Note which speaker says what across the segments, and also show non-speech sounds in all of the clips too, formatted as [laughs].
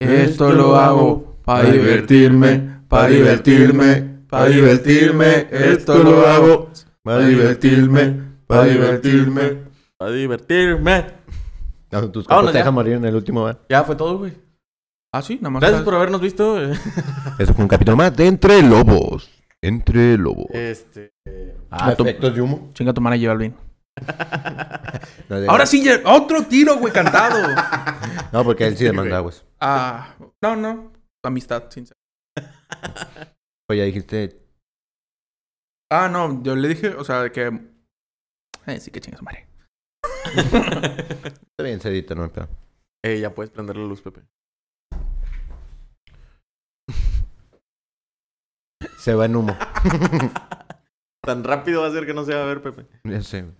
Speaker 1: Esto lo hago para divertirme, para divertirme, para divertirme. Esto lo hago para divertirme, para divertirme, para divertirme.
Speaker 2: No, tus
Speaker 1: Vámonos
Speaker 2: compas
Speaker 1: ya.
Speaker 2: te dejan morir en el último, ¿eh?
Speaker 1: Ya fue todo, güey. Ah, sí, nada más.
Speaker 3: Gracias
Speaker 1: está-
Speaker 3: por habernos visto.
Speaker 2: Eso fue un capítulo más de Entre Lobos. Entre Lobos.
Speaker 3: [laughs] Este. eh,
Speaker 2: Ah, tú-
Speaker 1: Efectos
Speaker 2: de humo.
Speaker 1: Chinga tu mano, Alvin. Ahora sí, ya- otro tiro, güey, cantado.
Speaker 2: No, porque él sí demanda, güey.
Speaker 1: [laughs] ah, no, no. Amistad, sincera.
Speaker 2: Oye, ya dijiste.
Speaker 1: Ah, no, yo le dije, o sea, que. Eh, sí que chingas, madre.
Speaker 2: Está bien, cedito, no hay pedo.
Speaker 3: eh, ya puedes prender la luz, Pepe.
Speaker 2: [laughs] Se va en humo.
Speaker 3: [laughs] Tan rápido va a ser que no se va a ver, Pepe.
Speaker 2: Ya sé. güey.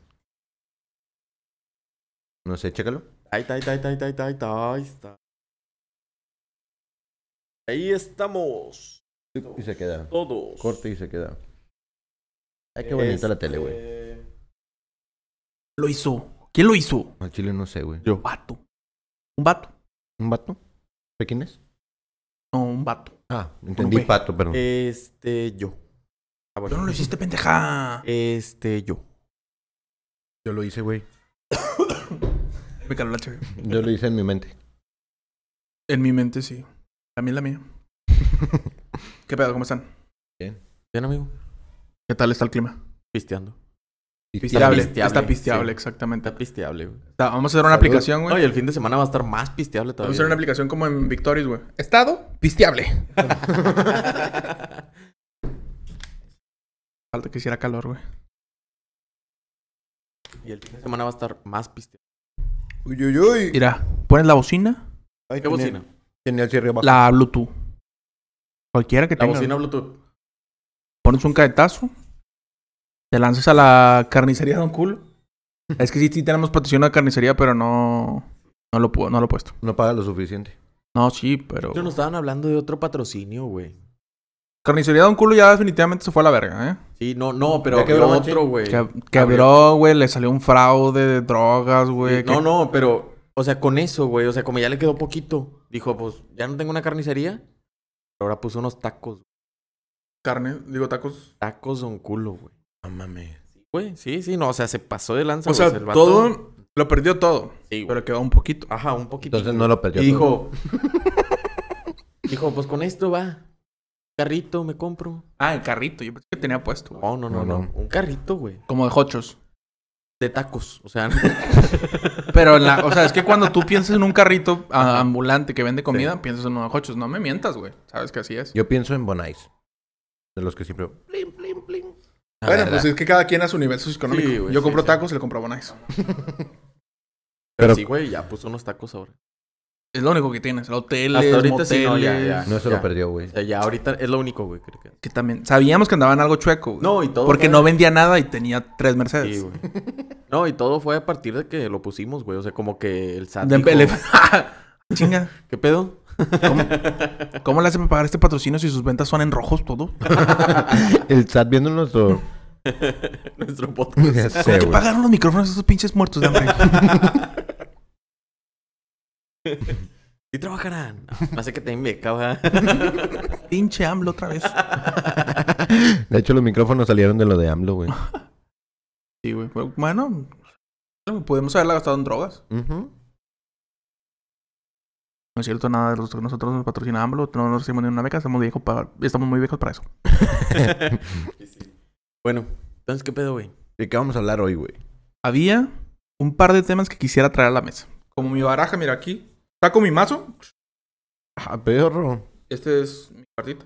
Speaker 2: No sé, chécalo.
Speaker 3: Ahí está, ahí está, ahí está, ahí está, ahí está, ahí está, ahí está. Ahí estamos.
Speaker 2: Y se queda.
Speaker 3: Todos.
Speaker 2: Corte y se queda. Ay, qué bonita la tele, güey.
Speaker 3: Este,
Speaker 1: Lo hizo. ¿Quién lo hizo?
Speaker 2: Al chile no sé, güey.
Speaker 3: Yo.
Speaker 1: Un vato. Un vato.
Speaker 2: ¿Un vato? ¿Pequines?
Speaker 1: No, un vato.
Speaker 2: Ah, Eh, entendí
Speaker 3: güey.
Speaker 2: pato, perdón.
Speaker 3: Este, yo. Ah,
Speaker 1: Tú
Speaker 3: bueno.
Speaker 1: no lo hiciste, [laughs] pendeja.
Speaker 3: Este, yo.
Speaker 2: Yo lo hice, güey.
Speaker 1: Me caló la chévere.
Speaker 2: Yo lo hice en mi mente.
Speaker 1: En mi mente, sí. También la [laughs] mía. ¿Qué pedo? ¿Cómo están?
Speaker 3: Bien, amigo.
Speaker 1: ¿Qué tal está el clima?
Speaker 3: Pisteando.
Speaker 1: Pisteable.
Speaker 3: pisteable,
Speaker 1: Está pisteable,
Speaker 3: sí.
Speaker 1: exactamente.
Speaker 3: Está pisteable, güey.
Speaker 1: Está- vamos a hacer una aplicación, güey.
Speaker 3: No, y el fin de semana va a estar más pisteable
Speaker 1: Vamos a
Speaker 3: todavía.
Speaker 1: hacer una aplicación como en Victoris, güey. Estado, pisteable. Falta que hiciera calor, güey.
Speaker 3: [laughs] y el fin de semana va a estar más pisteable.
Speaker 2: Uy, uy, uy.
Speaker 1: Mira, pones la bocina,
Speaker 2: Ay,
Speaker 3: ¿Qué bocina?
Speaker 2: Tenía el cierre abajo.
Speaker 1: la Bluetooth. Cualquiera que
Speaker 3: La
Speaker 1: tenga.
Speaker 3: bocina
Speaker 1: güey.
Speaker 3: Bluetooth.
Speaker 1: Pones un caetazo, te lanzas a la carnicería de Don [laughs] Culo. Es que sí, sí tenemos patrocinio de carnicería, pero no, no, lo, pu- no lo he puesto.
Speaker 2: No paga lo suficiente.
Speaker 1: No, sí, pero...
Speaker 3: Pero nos estaban hablando de otro patrocinio, güey.
Speaker 1: Carnicería de Don Culo ya definitivamente se fue a la verga, ¿eh?
Speaker 3: Sí, no, no, pero
Speaker 2: ¿Ya quebró,
Speaker 3: lo
Speaker 2: Manchi?
Speaker 3: otro, güey.
Speaker 1: Que, quebró, güey, le salió un fraude de drogas, güey.
Speaker 3: Sí, No,
Speaker 1: que-
Speaker 3: no, pero, o sea, con eso, güey, o sea, como ya le quedó poquito, dijo, pues, ya no tengo una carnicería, ahora puso unos tacos.
Speaker 1: Carne, digo tacos
Speaker 3: Tacos son culo, güey.
Speaker 2: No mames.
Speaker 3: Güey, sí, sí, no, o sea, se pasó de lanza,
Speaker 1: O
Speaker 3: güey,
Speaker 1: sea,
Speaker 3: el vato-
Speaker 1: todo lo perdió todo,
Speaker 3: Sí, güey.
Speaker 1: pero quedó un poquito.
Speaker 3: Ajá, un poquito.
Speaker 2: Entonces no lo perdió.
Speaker 3: y dijo, [laughs] dijo, pues con esto va. Carrito, me compro.
Speaker 1: Ah, el carrito, yo pensé que tenía puesto. güey.
Speaker 3: No, no, no,
Speaker 2: No,
Speaker 3: no.
Speaker 2: no.
Speaker 3: Un carrito, güey.
Speaker 1: Como de hochos.
Speaker 3: De tacos, o [laughs] sea,
Speaker 1: Pero, en la, o sea, es que cuando tú piensas en un carrito a- ambulante que vende comida, piensas en unos hochos. No me mientas, güey. Sabes que así es.
Speaker 2: Yo pienso en Bonais. De los que siempre. Plin, plin, plin.
Speaker 1: bueno,
Speaker 2: Ah,
Speaker 1: pues
Speaker 2: la-
Speaker 1: es que cada quien a su nivel socioeconómico.
Speaker 3: Sí, güey,
Speaker 1: yo
Speaker 3: sí,
Speaker 1: compro
Speaker 3: sí.
Speaker 1: tacos, le compro bonais.
Speaker 2: Pero-
Speaker 3: pero sí, güey, ya puso unos tacos ahora.
Speaker 1: Es lo único que tienes. Hoteles,
Speaker 3: Hasta ahorita
Speaker 1: moteles.
Speaker 3: sí, no, ya, ya.
Speaker 2: No se
Speaker 3: Ya.
Speaker 2: lo perdió, güey.
Speaker 3: O sea, ya ahorita es lo único, güey, creo que.
Speaker 1: Que también. Sabíamos que andaban algo chueco, güey.
Speaker 3: No, y todo.
Speaker 1: porque
Speaker 3: fue-
Speaker 1: no vendía nada y tenía tres Mercedes.
Speaker 3: Sí, güey. No, y todo fue a partir de que lo pusimos, güey. O sea, como que el SAT
Speaker 1: De
Speaker 3: dijo,
Speaker 1: empele- Chinga.
Speaker 3: [laughs] ¿Qué pedo? [laughs]
Speaker 1: ¿Cómo, ¿Cómo le hace para pagar este patrocinio si sus ventas son en rojos todo?
Speaker 2: [laughs] El chat viendo nuestro.
Speaker 3: Nuestro
Speaker 2: [laughs] ya [laughs]
Speaker 3: podcast.
Speaker 2: sé,
Speaker 1: Te
Speaker 2: güey.
Speaker 1: pagaron los micrófonos a esos pinches muertos de
Speaker 3: [laughs]
Speaker 1: hambre.
Speaker 3: ¿Y trabajarán? No sé que te invecaba.
Speaker 1: Pinche AMLO otra vez.
Speaker 2: De hecho, los micrófonos salieron de lo de AMLO, güey.
Speaker 1: Sí, güey. Pero, Bueno, podemos haberla gastado en drogas.
Speaker 2: Ujú.
Speaker 1: No es cierto nada de los que nosotros nos patrocina AMLO. No nos recibimos ni una beca. Estamos, viejos para- estamos muy viejos para eso.
Speaker 3: Bueno, entonces, ¿qué pedo, güey?
Speaker 2: ¿De qué vamos a hablar hoy, güey?
Speaker 1: Había un par de temas que quisiera traer a la mesa. Como mi baraja, mira aquí. Saco mi mazo.
Speaker 2: Ah, perro.
Speaker 1: Este es mi cartita.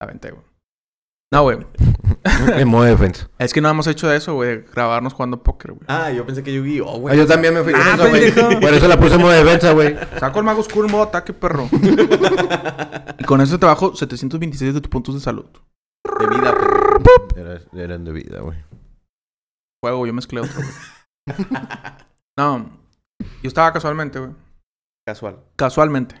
Speaker 1: La aventé, güey. No, güey.
Speaker 2: [laughs] en modo defensa.
Speaker 1: Es que no hemos hecho eso, güey. Grabarnos jugando póker, güey.
Speaker 3: Ah, yo pensé que yo guío,
Speaker 2: Ah,
Speaker 3: güey.
Speaker 2: yo también me fui con
Speaker 1: Ah,
Speaker 2: eso, güey.
Speaker 1: pendejo.
Speaker 2: Por eso la puse en modo defensa, güey.
Speaker 1: [laughs] Saco el mago oscuro en modo ataque, perro. y [laughs] con eso te bajo 726 de tus puntos de salud.
Speaker 3: De vida, perro.
Speaker 2: Era- eran de vida, güey.
Speaker 1: Juego, yo mezclé otro, güey. No. Yo estaba casualmente, güey.
Speaker 3: Casual.
Speaker 1: Casualmente.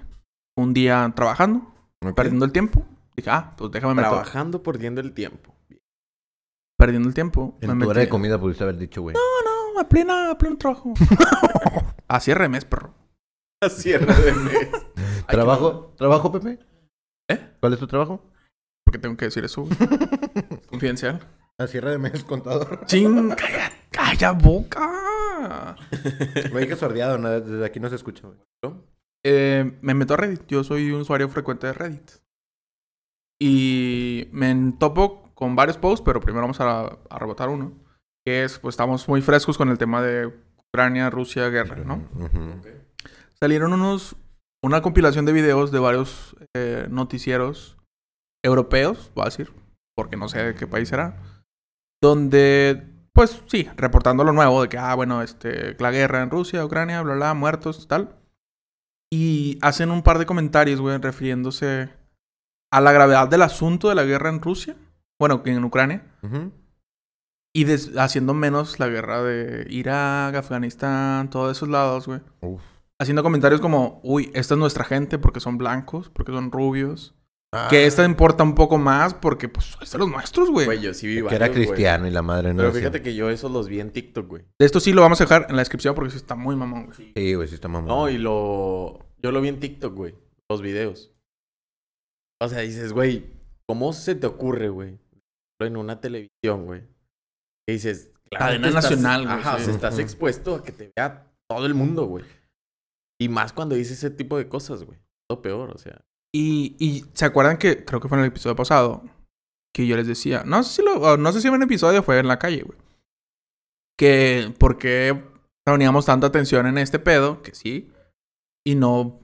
Speaker 1: Un día trabajando, perdiendo el tiempo. Dije, ah, pues déjame meter.
Speaker 3: Trabajando, perdiendo el tiempo.
Speaker 1: Perdiendo el tiempo.
Speaker 2: En tu hora de comida pudiste haber dicho, güey. [laughs]
Speaker 1: No, no, a plena, a pleno trabajo. Así es remés, perro.
Speaker 3: a cierre de mes.
Speaker 2: ¿Trabajo? ¿Trabajo, Pepe?
Speaker 1: ¿Eh?
Speaker 2: ¿Cuál es tu trabajo?
Speaker 1: ¿Por qué tengo que decir eso?
Speaker 2: [laughs]
Speaker 1: güey? Confidencial.
Speaker 2: Ah,
Speaker 4: A cierre de mes, contador.
Speaker 1: Ching, calla, calla boca.
Speaker 4: Lo dije sordeado, ¿no? desde aquí no se escucha. güey.
Speaker 1: Eh, me meto a Reddit. Yo soy un usuario frecuente de Reddit. Y me topo con varios posts, pero primero vamos a, a rebotar uno. Que es, pues estamos muy frescos con el tema de Ucrania, Rusia, guerra, ¿no?
Speaker 2: Ujú.
Speaker 1: salieron unos una compilación de videos de varios eh, noticieros europeos, voy a decir, porque no sé de qué país era, donde pues sí, reportando lo nuevo de que ah bueno, este la guerra en Rusia, Ucrania, bla bla, muertos, tal. Y hacen un par de comentarios, güey, refiriéndose a la gravedad del asunto de la guerra en Rusia, bueno, que en Ucrania,
Speaker 2: Ujú.
Speaker 1: y des- haciendo menos la guerra de Irak, Afganistán, todos esos lados, güey
Speaker 2: Uf.
Speaker 1: haciendo comentarios como, uy, esta es nuestra gente porque son blancos, porque son rubios.
Speaker 3: Ah,
Speaker 2: Ah.
Speaker 1: Que esta importa un poco más porque, pues, estos son los nuestros,
Speaker 3: Güey,
Speaker 1: güey.
Speaker 3: yo sí vi
Speaker 2: Que era
Speaker 3: varios, güey.
Speaker 2: cristiano y la madre no.
Speaker 3: Pero
Speaker 2: sí.
Speaker 3: fíjate que yo esos los vi en TikTok, güey.
Speaker 1: De esto sí lo vamos a dejar en la descripción porque sí está muy mamón, güey.
Speaker 2: Sí, güey, sí está mamón.
Speaker 3: No, y lo. Yo lo vi en TikTok, güey. Los videos. O sea, dices, güey, ¿cómo se te ocurre, güey? En una televisión, güey. Que dices.
Speaker 1: Cadena
Speaker 3: te estás-
Speaker 1: nacional, güey,
Speaker 3: Ajá,
Speaker 1: sí.
Speaker 3: o sea, estás
Speaker 2: Ujú.
Speaker 3: expuesto a que te vea todo el mundo, güey. Y más cuando dices ese tipo de cosas, güey. Lo peor, o sea.
Speaker 1: Y, y se acuerdan que, creo que fue en el episodio pasado, que yo les decía, no sé si, lo, o no sé si en un episodio fue en la calle, güey. Que, ¿por qué reuníamos tanta atención en este pedo? Que sí. Y no,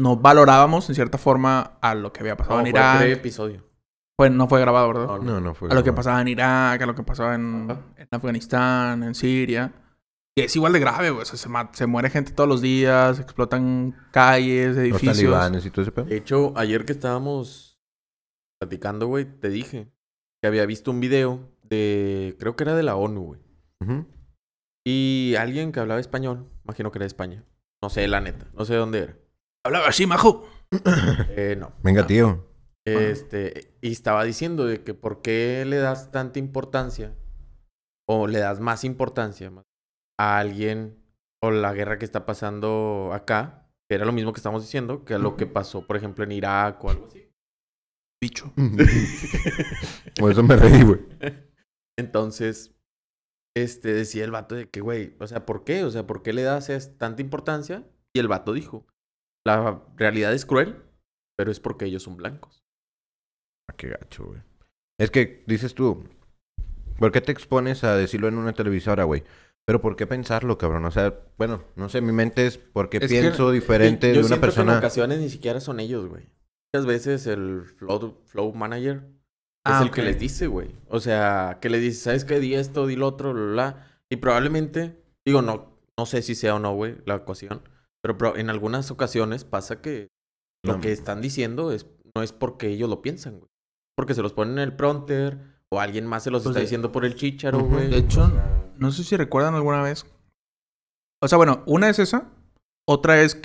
Speaker 1: no valorábamos, en cierta forma, a lo que había pasado
Speaker 3: No,
Speaker 1: en
Speaker 3: fue
Speaker 1: Irán.
Speaker 3: otro episodio.
Speaker 1: Fue- no fue grabado, ¿verdad?
Speaker 3: No, no.
Speaker 2: No, no fue.
Speaker 1: a lo que pasaba en Irak, a lo que pasaba en,
Speaker 3: Ajá.
Speaker 1: en Afganistán, en Siria. Que es igual de grave, güey. O sea, se, ma- se muere gente todos los días, explotan calles,
Speaker 2: Los
Speaker 1: edificios.
Speaker 2: talibanes y todo
Speaker 3: [laughs]
Speaker 2: ese pedo.
Speaker 3: De hecho, ayer que estábamos platicando, güey, te dije que había visto un video de. Creo que era de la ONU, güey.
Speaker 2: Ujú.
Speaker 3: Y alguien que hablaba español, imagino que era de España. No sé, la neta, no sé dónde era.
Speaker 1: Hablaba así, majo.
Speaker 3: Eh, no. [laughs]
Speaker 2: Venga, tío.
Speaker 3: Este, y estaba diciendo de que por qué le das tanta importancia o le das más importancia más, a alguien o la guerra que está pasando acá, que era lo mismo que estamos diciendo, que a lo que pasó, por ejemplo, en Irak o algo así.
Speaker 1: Bicho.
Speaker 2: Por eso me reí, güey.
Speaker 3: Entonces, este, decía el vato de que, güey, o sea, ¿por qué? O sea, ¿por qué le das es- tanta importancia? Y el vato dijo, la realidad es cruel, pero es porque ellos son blancos.
Speaker 2: Ah, qué gacho, güey. Es que dices tú, ¿por qué te expones a decirlo en una televisora, güey? Pero ¿por qué pensarlo, cabrón? O sea, bueno, no sé, mi mente es porque
Speaker 1: Es que-
Speaker 2: pienso diferente
Speaker 3: Y
Speaker 2: de
Speaker 3: yo
Speaker 2: una
Speaker 3: siento Que en
Speaker 2: persona.
Speaker 3: ocasiones ni siquiera son ellos, güey. Muchas veces el flow, flow manager es
Speaker 1: Ah,
Speaker 3: el
Speaker 1: ok.
Speaker 3: que les dice, güey. O sea, que les dice, ¿sabes qué? Di esto, di lo otro, bla, bla, bla. Y probablemente, digo, no, no sé si sea o no, güey, la ocasión. Pero pro- en algunas ocasiones pasa que lo
Speaker 2: No.
Speaker 3: que están diciendo es, no es porque ellos lo piensan, güey. Porque se los ponen en el prompter o alguien más se los
Speaker 1: Pues
Speaker 3: está
Speaker 1: de-
Speaker 3: diciendo por el chícharo,
Speaker 2: Ujú,
Speaker 3: güey.
Speaker 1: De hecho, no sé si recuerdan alguna vez. O sea, bueno, una es esa. Otra es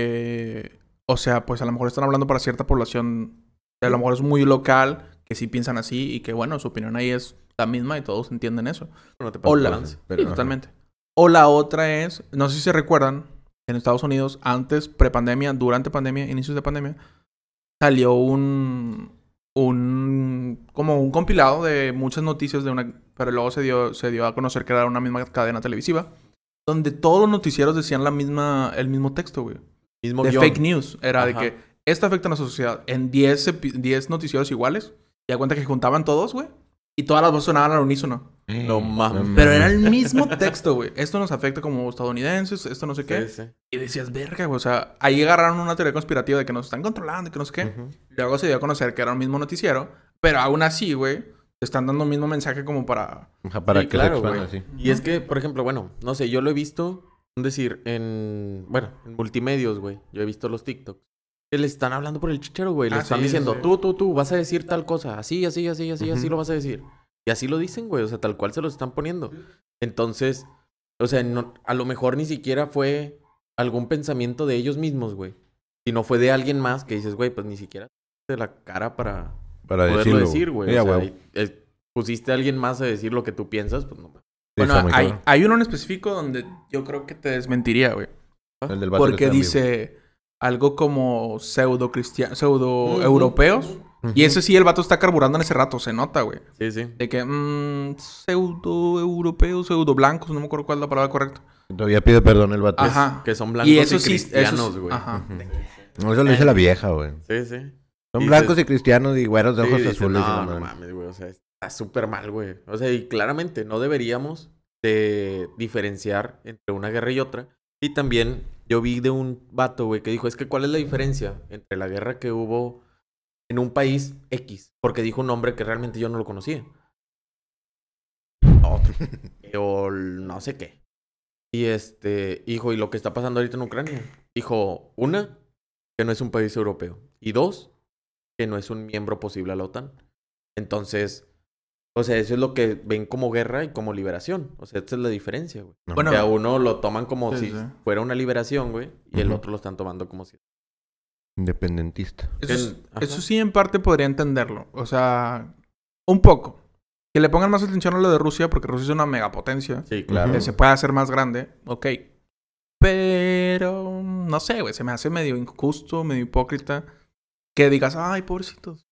Speaker 1: que. O sea, pues a lo mejor están hablando para cierta población. que A lo mejor es muy local, que sí piensan así y que, bueno, su opinión ahí es la misma y todos entienden eso.
Speaker 3: no te pases
Speaker 1: O
Speaker 3: de
Speaker 1: la,
Speaker 3: lanza.
Speaker 1: sí,
Speaker 2: pues, pero- ajá.
Speaker 1: totalmente. O la otra es, no sé si se recuerdan, en Estados Unidos, antes, prepandemia, durante pandemia, inicios de pandemia, salió un, un, como un compilado de muchas noticias de una, pero luego se dio, se dio a conocer que era una misma cadena televisiva, donde todos los noticieros decían la misma, el mismo texto, güey.
Speaker 3: Mismo
Speaker 1: De
Speaker 3: guión.
Speaker 1: fake news. Era
Speaker 3: Ajá.
Speaker 1: de que esto afecta a nuestra sociedad. En 10, epi- 10 noticieros iguales, ya cuenta que juntaban todos, güey. Y todas las voces sonaban al unísono.
Speaker 3: No mames.
Speaker 1: Pero era
Speaker 2: [laughs]
Speaker 1: el mismo texto, güey. Esto nos afecta como estadounidenses, esto no sé qué.
Speaker 3: Sí, sí.
Speaker 1: Y decías, verga, güey. O sea, ahí agarraron una teoría conspirativa de que nos están controlando y que no sé qué.
Speaker 2: Ujú.
Speaker 1: Luego se dio a conocer que era el mismo noticiero. Pero aún así, güey, te están dando el mismo mensaje como para...
Speaker 2: Ajá, Para
Speaker 3: Sí,
Speaker 2: que
Speaker 3: claro,
Speaker 2: se expanda
Speaker 3: güey.
Speaker 2: así.
Speaker 3: Y es que, por ejemplo, bueno, no sé, yo lo he visto, es decir, en, bueno, en multimedios, güey. Yo he visto los TikToks. Que le están hablando por el chichero, güey. Le
Speaker 1: Ah,
Speaker 3: están
Speaker 1: sí,
Speaker 3: diciendo,
Speaker 1: sí.
Speaker 3: tú, tú, tú, vas a decir tal cosa. Así, así, así, así, así
Speaker 2: Ujú.
Speaker 3: lo vas a decir. Y así lo dicen, güey. O sea, tal cual se los están poniendo. Entonces, o sea, no- a lo mejor ni siquiera fue algún pensamiento de ellos mismos, güey. Sino fue de alguien más que dices, güey, pues ni siquiera te la cara para
Speaker 2: Para
Speaker 3: poderlo
Speaker 2: decirlo.
Speaker 3: decir, güey.
Speaker 2: Ya,
Speaker 3: o sea,
Speaker 2: güey.
Speaker 3: y- eh, pusiste a alguien más a decir lo que tú piensas, pues no.
Speaker 2: Sí,
Speaker 1: Bueno,
Speaker 2: está muy
Speaker 1: hay,
Speaker 2: cabrón.
Speaker 1: hay uno en específico donde yo creo que te desmentiría, güey.
Speaker 3: Rafa?
Speaker 2: El del vato que
Speaker 1: Porque
Speaker 2: está en vivo.
Speaker 1: dice algo como pseudo cristianos, pseudo europeos. Y ese sí, el vato está carburando en ese rato, se nota, güey.
Speaker 3: Sí, sí.
Speaker 1: De que, mmm, pseudo europeos, pseudo blancos, no me acuerdo cuál es la palabra correcta.
Speaker 2: Todavía pide perdón el vato.
Speaker 1: Ajá.
Speaker 3: Que son blancos y,
Speaker 1: Ah, eso sí- eso sí-
Speaker 3: cristianos, güey.
Speaker 1: Ajá.
Speaker 2: No, Eso lo dice la vieja, güey.
Speaker 3: Sí, sí.
Speaker 2: Son
Speaker 3: Dices-
Speaker 2: blancos y cristianos y güeros de
Speaker 3: Sí,
Speaker 2: ojos
Speaker 3: dices,
Speaker 2: azules. y la
Speaker 3: No, no
Speaker 2: madre".
Speaker 3: mames, güey. O sea, está súper mal, güey. O sea, y claramente no deberíamos de diferenciar entre una guerra y otra. Y también yo vi de un vato, güey, que dijo, es que ¿cuál es la diferencia entre la guerra que hubo en un país X? Porque dijo un nombre que realmente yo no lo conocía. Otro. o el no sé qué. Y este, hijo, y lo que está pasando ahorita en Ucrania. Dijo, una, que no es un país europeo. Y dos, que no es un miembro posible a la OTAN. Entonces, o sea, eso es lo que ven como guerra y como liberación. O sea, esta es la diferencia, güey.
Speaker 2: No.
Speaker 1: Bueno,
Speaker 3: Que a uno lo toman como
Speaker 1: Sí,
Speaker 3: si
Speaker 1: sí.
Speaker 3: fuera una liberación, güey, y el
Speaker 2: Ujú.
Speaker 3: otro lo están tomando como si.
Speaker 2: Independentista.
Speaker 1: eso, es-
Speaker 3: Ajá.
Speaker 1: eso sí en parte podría entenderlo. O sea, un poco. Que le pongan más atención a lo de Rusia, porque Rusia es una megapotencia.
Speaker 3: Sí,
Speaker 2: claro.
Speaker 1: que se pueda hacer más grande, ok. Pero, no sé, güey, se me hace medio injusto, medio hipócrita que digas, ay, pobrecitos.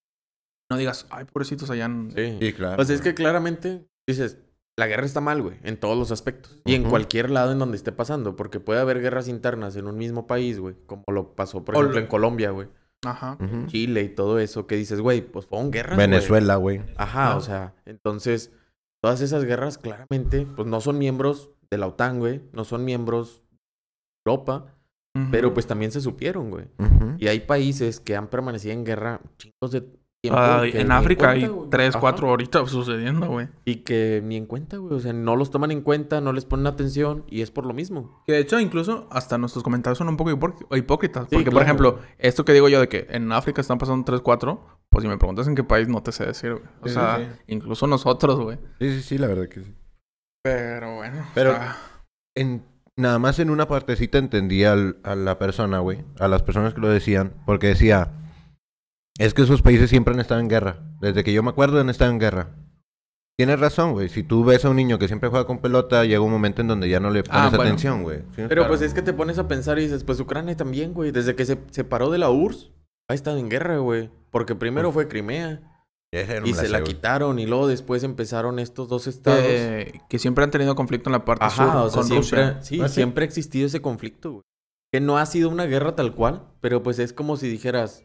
Speaker 1: No digas, ay, pobrecitos allá en...
Speaker 3: Sí.
Speaker 2: claro.
Speaker 3: Pues es que claramente dices, la guerra está mal, güey, en todos los aspectos. Y en
Speaker 2: Ujú.
Speaker 3: cualquier lado en donde esté pasando, porque puede haber guerras internas en un mismo país, güey, como lo pasó, por
Speaker 1: O
Speaker 3: ejemplo,
Speaker 1: lo-
Speaker 3: en Colombia, güey,
Speaker 1: Ajá.
Speaker 2: Ujú.
Speaker 3: Chile y todo eso, que dices, güey, pues fueron guerras. güey.
Speaker 2: Venezuela, güey.
Speaker 3: Ajá,
Speaker 1: Ah.
Speaker 3: o sea, entonces, todas esas guerras claramente, pues no son miembros de la OTAN, güey, no son miembros de Europa,
Speaker 1: Ujú.
Speaker 3: pero pues también se supieron, güey.
Speaker 2: Ujú.
Speaker 3: Y hay países que han permanecido en guerra chingos de tiempo.
Speaker 1: Ay,
Speaker 3: que
Speaker 1: Ah, en
Speaker 3: ni
Speaker 1: África hay
Speaker 3: cuenta, güey.
Speaker 1: tres,
Speaker 3: Ajá.
Speaker 1: cuatro ahorita sucediendo, güey.
Speaker 3: Y que ni en cuenta, güey. O sea, no los toman en cuenta, no les ponen atención y es por lo mismo.
Speaker 1: Que de hecho, incluso hasta nuestros comentarios son un poco hipó- hipócritas.
Speaker 3: Sí,
Speaker 1: Porque, por
Speaker 3: claro.
Speaker 1: ejemplo, esto que digo yo de que en África están pasando tres, cuatro, pues si me preguntas en qué país, no te sé decir, güey. O
Speaker 4: Sí, sí,
Speaker 1: sea,
Speaker 4: sí.
Speaker 1: incluso nosotros, güey.
Speaker 4: Sí, sí, sí, la verdad que sí.
Speaker 1: Pero bueno.
Speaker 2: Pero-
Speaker 1: está-
Speaker 2: En- nada más en una partecita entendí al- a la persona, güey. A las personas que lo decían. Porque decía... Es que esos países siempre han estado en guerra. Desde que yo me acuerdo han estado en guerra. Tienes razón, güey. Si tú ves a un niño que siempre juega con pelota, llega un momento en donde ya no le pones
Speaker 1: Ah, bueno.
Speaker 2: atención, güey. Sí,
Speaker 3: Pero
Speaker 2: claro.
Speaker 3: pues es que te pones a pensar y dices, pues Ucrania también, güey. Desde que se separó de la URSS, ha estado en guerra, güey. Porque primero fue Crimea
Speaker 2: Esa no
Speaker 3: y
Speaker 2: me
Speaker 3: se
Speaker 2: sé,
Speaker 3: la
Speaker 2: güey.
Speaker 3: quitaron y luego después empezaron estos dos estados.
Speaker 1: que, que siempre han tenido conflicto en la parte sur
Speaker 3: Ajá, o sea,
Speaker 1: Eh, con
Speaker 3: siempre,
Speaker 1: Rusia.
Speaker 3: sí,
Speaker 2: Ah, sí.
Speaker 3: siempre ha existido ese conflicto, güey. Que no ha sido una guerra tal cual, pero pues es como si dijeras,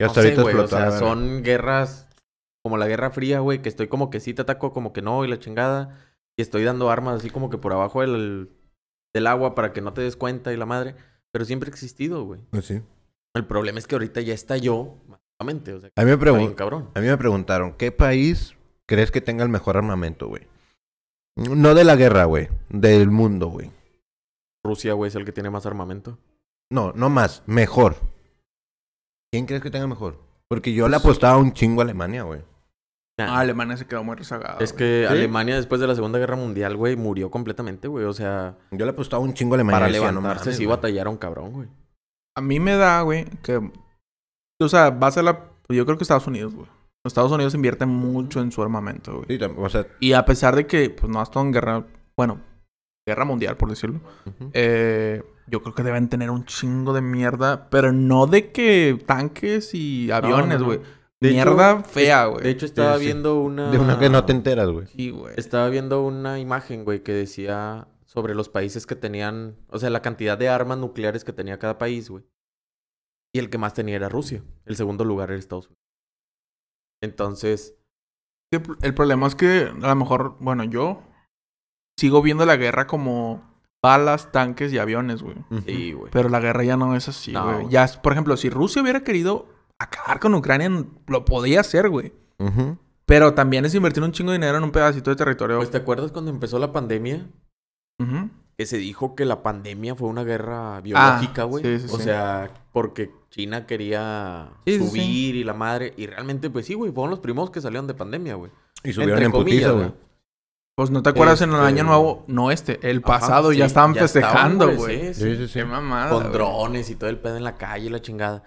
Speaker 2: Y hasta
Speaker 3: no sé,
Speaker 2: ahorita
Speaker 3: güey,
Speaker 2: explotó,
Speaker 3: O
Speaker 2: la
Speaker 3: sea,
Speaker 2: verdad.
Speaker 3: son guerras como la Guerra Fría, güey, que estoy como que sí te ataco, como que no, y la chingada. Y estoy dando armas así como que por abajo del, del agua para que no te des cuenta y la madre. Pero siempre ha existido, güey.
Speaker 4: Así.
Speaker 3: El problema es que ahorita ya estalló masivamente, o sea,
Speaker 2: A mí me
Speaker 3: está
Speaker 2: preguntan...
Speaker 3: bien cabrón.
Speaker 2: A mí me preguntaron, ¿qué país crees que tenga el mejor armamento, güey? No de la guerra, güey. Del mundo, güey.
Speaker 3: Rusia, güey, es el que tiene más armamento.
Speaker 2: No, no más. Mejor. ¿Quién crees que tenga mejor? Porque yo le apostaba un chingo a Alemania, güey.
Speaker 1: Ah, Alemania se quedó muy rezagada.
Speaker 3: es
Speaker 1: güey.
Speaker 3: que
Speaker 2: ¿Sí?
Speaker 3: Alemania después de la Segunda Guerra Mundial, güey, murió completamente, güey. O sea,
Speaker 2: Yo le apostaba un chingo a Alemania.
Speaker 3: para
Speaker 2: Yo decía,
Speaker 3: levantarse
Speaker 2: mames,
Speaker 3: sí
Speaker 2: güey.
Speaker 3: batallaron cabrón, güey.
Speaker 1: A mí me da, güey, que... O sea, va a ser la... Yo creo que Estados Unidos, güey. Estados Unidos invierte mucho en su armamento, güey.
Speaker 2: Sí, tam- o sea,
Speaker 1: Y a pesar de que, pues, no ha estado en guerra... Bueno, guerra mundial, por decirlo.
Speaker 2: ujú.
Speaker 1: eh, yo creo que deben tener un chingo de mierda. Pero no de que tanques y aviones,
Speaker 3: no.
Speaker 1: güey.
Speaker 3: De
Speaker 1: Mierda
Speaker 3: hecho,
Speaker 1: fea, güey.
Speaker 3: De hecho, estaba
Speaker 2: sí.
Speaker 3: viendo una...
Speaker 2: de una que no te enteras, güey.
Speaker 1: Sí, güey.
Speaker 3: Estaba viendo una imagen, güey, que decía sobre los países que tenían, o sea, la cantidad de armas nucleares que tenía cada país, güey. Y el que más tenía era Rusia. El segundo lugar era Estados Unidos. Entonces,
Speaker 1: que El problema es que a lo mejor, bueno, yo sigo viendo la guerra como balas, tanques y aviones, güey.
Speaker 3: sí, güey.
Speaker 1: Pero la guerra ya no es así,
Speaker 3: No,
Speaker 1: güey.
Speaker 3: güey.
Speaker 1: Ya, es- por ejemplo, si Rusia hubiera querido acabar con Ucrania, lo podía hacer, güey.
Speaker 2: Ujú.
Speaker 1: Pero también es invertir un chingo de dinero en un pedacito de territorio.
Speaker 3: Pues, ¿te acuerdas cuando empezó la pandemia?
Speaker 1: Ujú.
Speaker 3: Que se dijo que la pandemia fue una guerra biológica, güey.
Speaker 1: Ah, sí, sí,
Speaker 3: o
Speaker 1: sí.
Speaker 3: sea, porque China quería
Speaker 1: Sí, sí, sí.
Speaker 3: subir y la madre. Y realmente, pues sí, güey, fueron los primos que salieron de pandemia, güey.
Speaker 2: Y subieron
Speaker 3: Entre
Speaker 2: en
Speaker 3: comillas,
Speaker 2: putiza,
Speaker 3: güey.
Speaker 2: güey.
Speaker 1: Pues no te acuerdas en el
Speaker 3: Este-
Speaker 1: año nuevo, no este, el
Speaker 3: Ajá,
Speaker 1: pasado
Speaker 3: sí,
Speaker 1: ya estaban
Speaker 3: estaban,
Speaker 1: festejando, güey.
Speaker 3: sí, sí.
Speaker 2: Sí, sí, sí.
Speaker 1: Qué mamada.
Speaker 3: con
Speaker 1: güey.
Speaker 3: drones y todo el pedo en la calle y la chingada.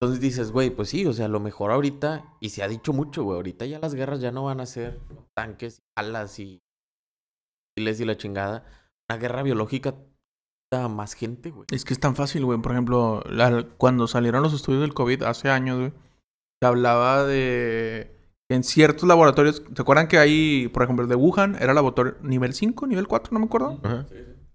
Speaker 3: Entonces dices, güey, pues sí, o sea, lo mejor ahorita, y se ha dicho mucho, güey, ahorita ya las guerras ya no van a ser tanques, alas y misiles y la chingada. Una guerra biológica a más gente, güey.
Speaker 1: Es que es tan fácil, güey. Por ejemplo, la- cuando salieron los estudios del COVID hace años, güey, se hablaba de. En ciertos laboratorios, ¿se acuerdan que hay, por ejemplo, el de Wuhan era laboratorio nivel 5, nivel 4, no me acuerdo?
Speaker 2: Ajá.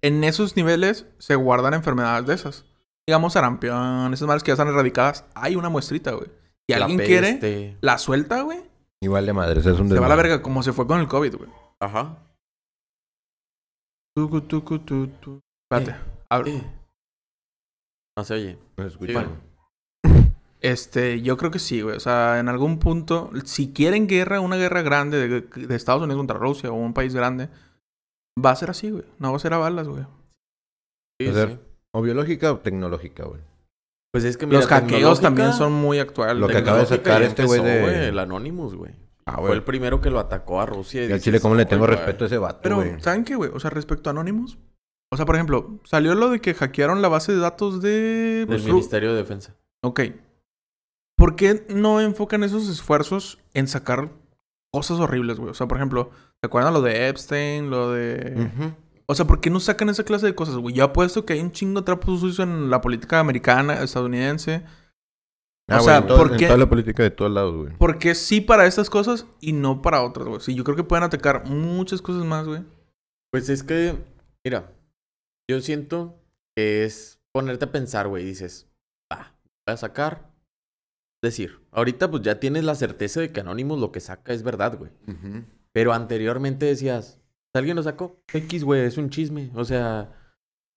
Speaker 1: En esos niveles se guardan enfermedades de esas. Digamos sarampión, esas madres que ya están erradicadas. Hay una muestrita, güey. Y
Speaker 3: La
Speaker 1: alguien quiere,
Speaker 3: peste.
Speaker 1: la suelta, güey.
Speaker 2: Igual de madres, es
Speaker 1: Se va a
Speaker 2: un
Speaker 1: la
Speaker 2: desmadre.
Speaker 1: verga, como se fue con el COVID, güey.
Speaker 3: Ajá.
Speaker 1: Tucu, tucu, tu, tu. Espérate. hablo.
Speaker 3: Sí. No se oye.
Speaker 2: No se escucha,
Speaker 3: Igual.
Speaker 2: güey.
Speaker 1: Este, yo creo que sí, güey. O sea, en algún punto, si quieren guerra, una guerra grande de, de Estados Unidos contra Rusia o un país grande, va a ser así, güey. No va a ser a balas, güey.
Speaker 3: Sí,
Speaker 2: Pues A ver.
Speaker 3: sí.
Speaker 2: ¿O biológica o tecnológica, güey?
Speaker 3: Pues es que mira,
Speaker 1: Los hackeos también
Speaker 3: tecnológica-
Speaker 1: son muy actuales.
Speaker 2: Lo que acaba de
Speaker 1: tecnológica.
Speaker 2: sacar
Speaker 3: ya
Speaker 2: este güey
Speaker 3: empezó,
Speaker 2: de-
Speaker 3: El Anonymous, güey.
Speaker 2: Ah,
Speaker 3: Fue el primero que lo atacó a Rusia.
Speaker 2: Y al
Speaker 3: dices,
Speaker 2: chile, ¿cómo le tengo
Speaker 3: "Oye,
Speaker 2: respeto a ese vato,
Speaker 1: Pero,
Speaker 2: güey?
Speaker 1: ¿saben qué, güey? O sea, respecto a Anonymous. O sea, por ejemplo, salió lo de que hackearon la base de datos de...
Speaker 3: Del
Speaker 1: pues, Ru-
Speaker 3: Ministerio de Defensa.
Speaker 1: Ok. ¿Por qué no enfocan esos esfuerzos en sacar cosas horribles, güey? O sea, por ejemplo, ¿te acuerdan lo de Epstein? Lo de...
Speaker 2: Ujú.
Speaker 1: O sea, ¿por qué no sacan esa clase de cosas, güey? Yo apuesto que hay un chingo de trapos sucios en la política americana, estadounidense. o
Speaker 2: Ah, güey,
Speaker 1: sea,
Speaker 2: en todo-
Speaker 1: ¿por
Speaker 2: en
Speaker 1: qué-
Speaker 2: toda la política de todos lados, güey.
Speaker 1: ¿Por qué sí para estas cosas y no para otras, güey? Sí, yo creo que pueden atacar muchas cosas más, güey.
Speaker 3: Pues es que, mira, yo siento que es ponerte a pensar, güey. Dices, va, voy a sacar. Decir, ahorita pues ya tienes la certeza de que Anonymous lo que saca es verdad, güey.
Speaker 4: Ujú.
Speaker 3: Pero anteriormente decías, ¿alguien lo sacó? X, güey, es un chisme. O sea,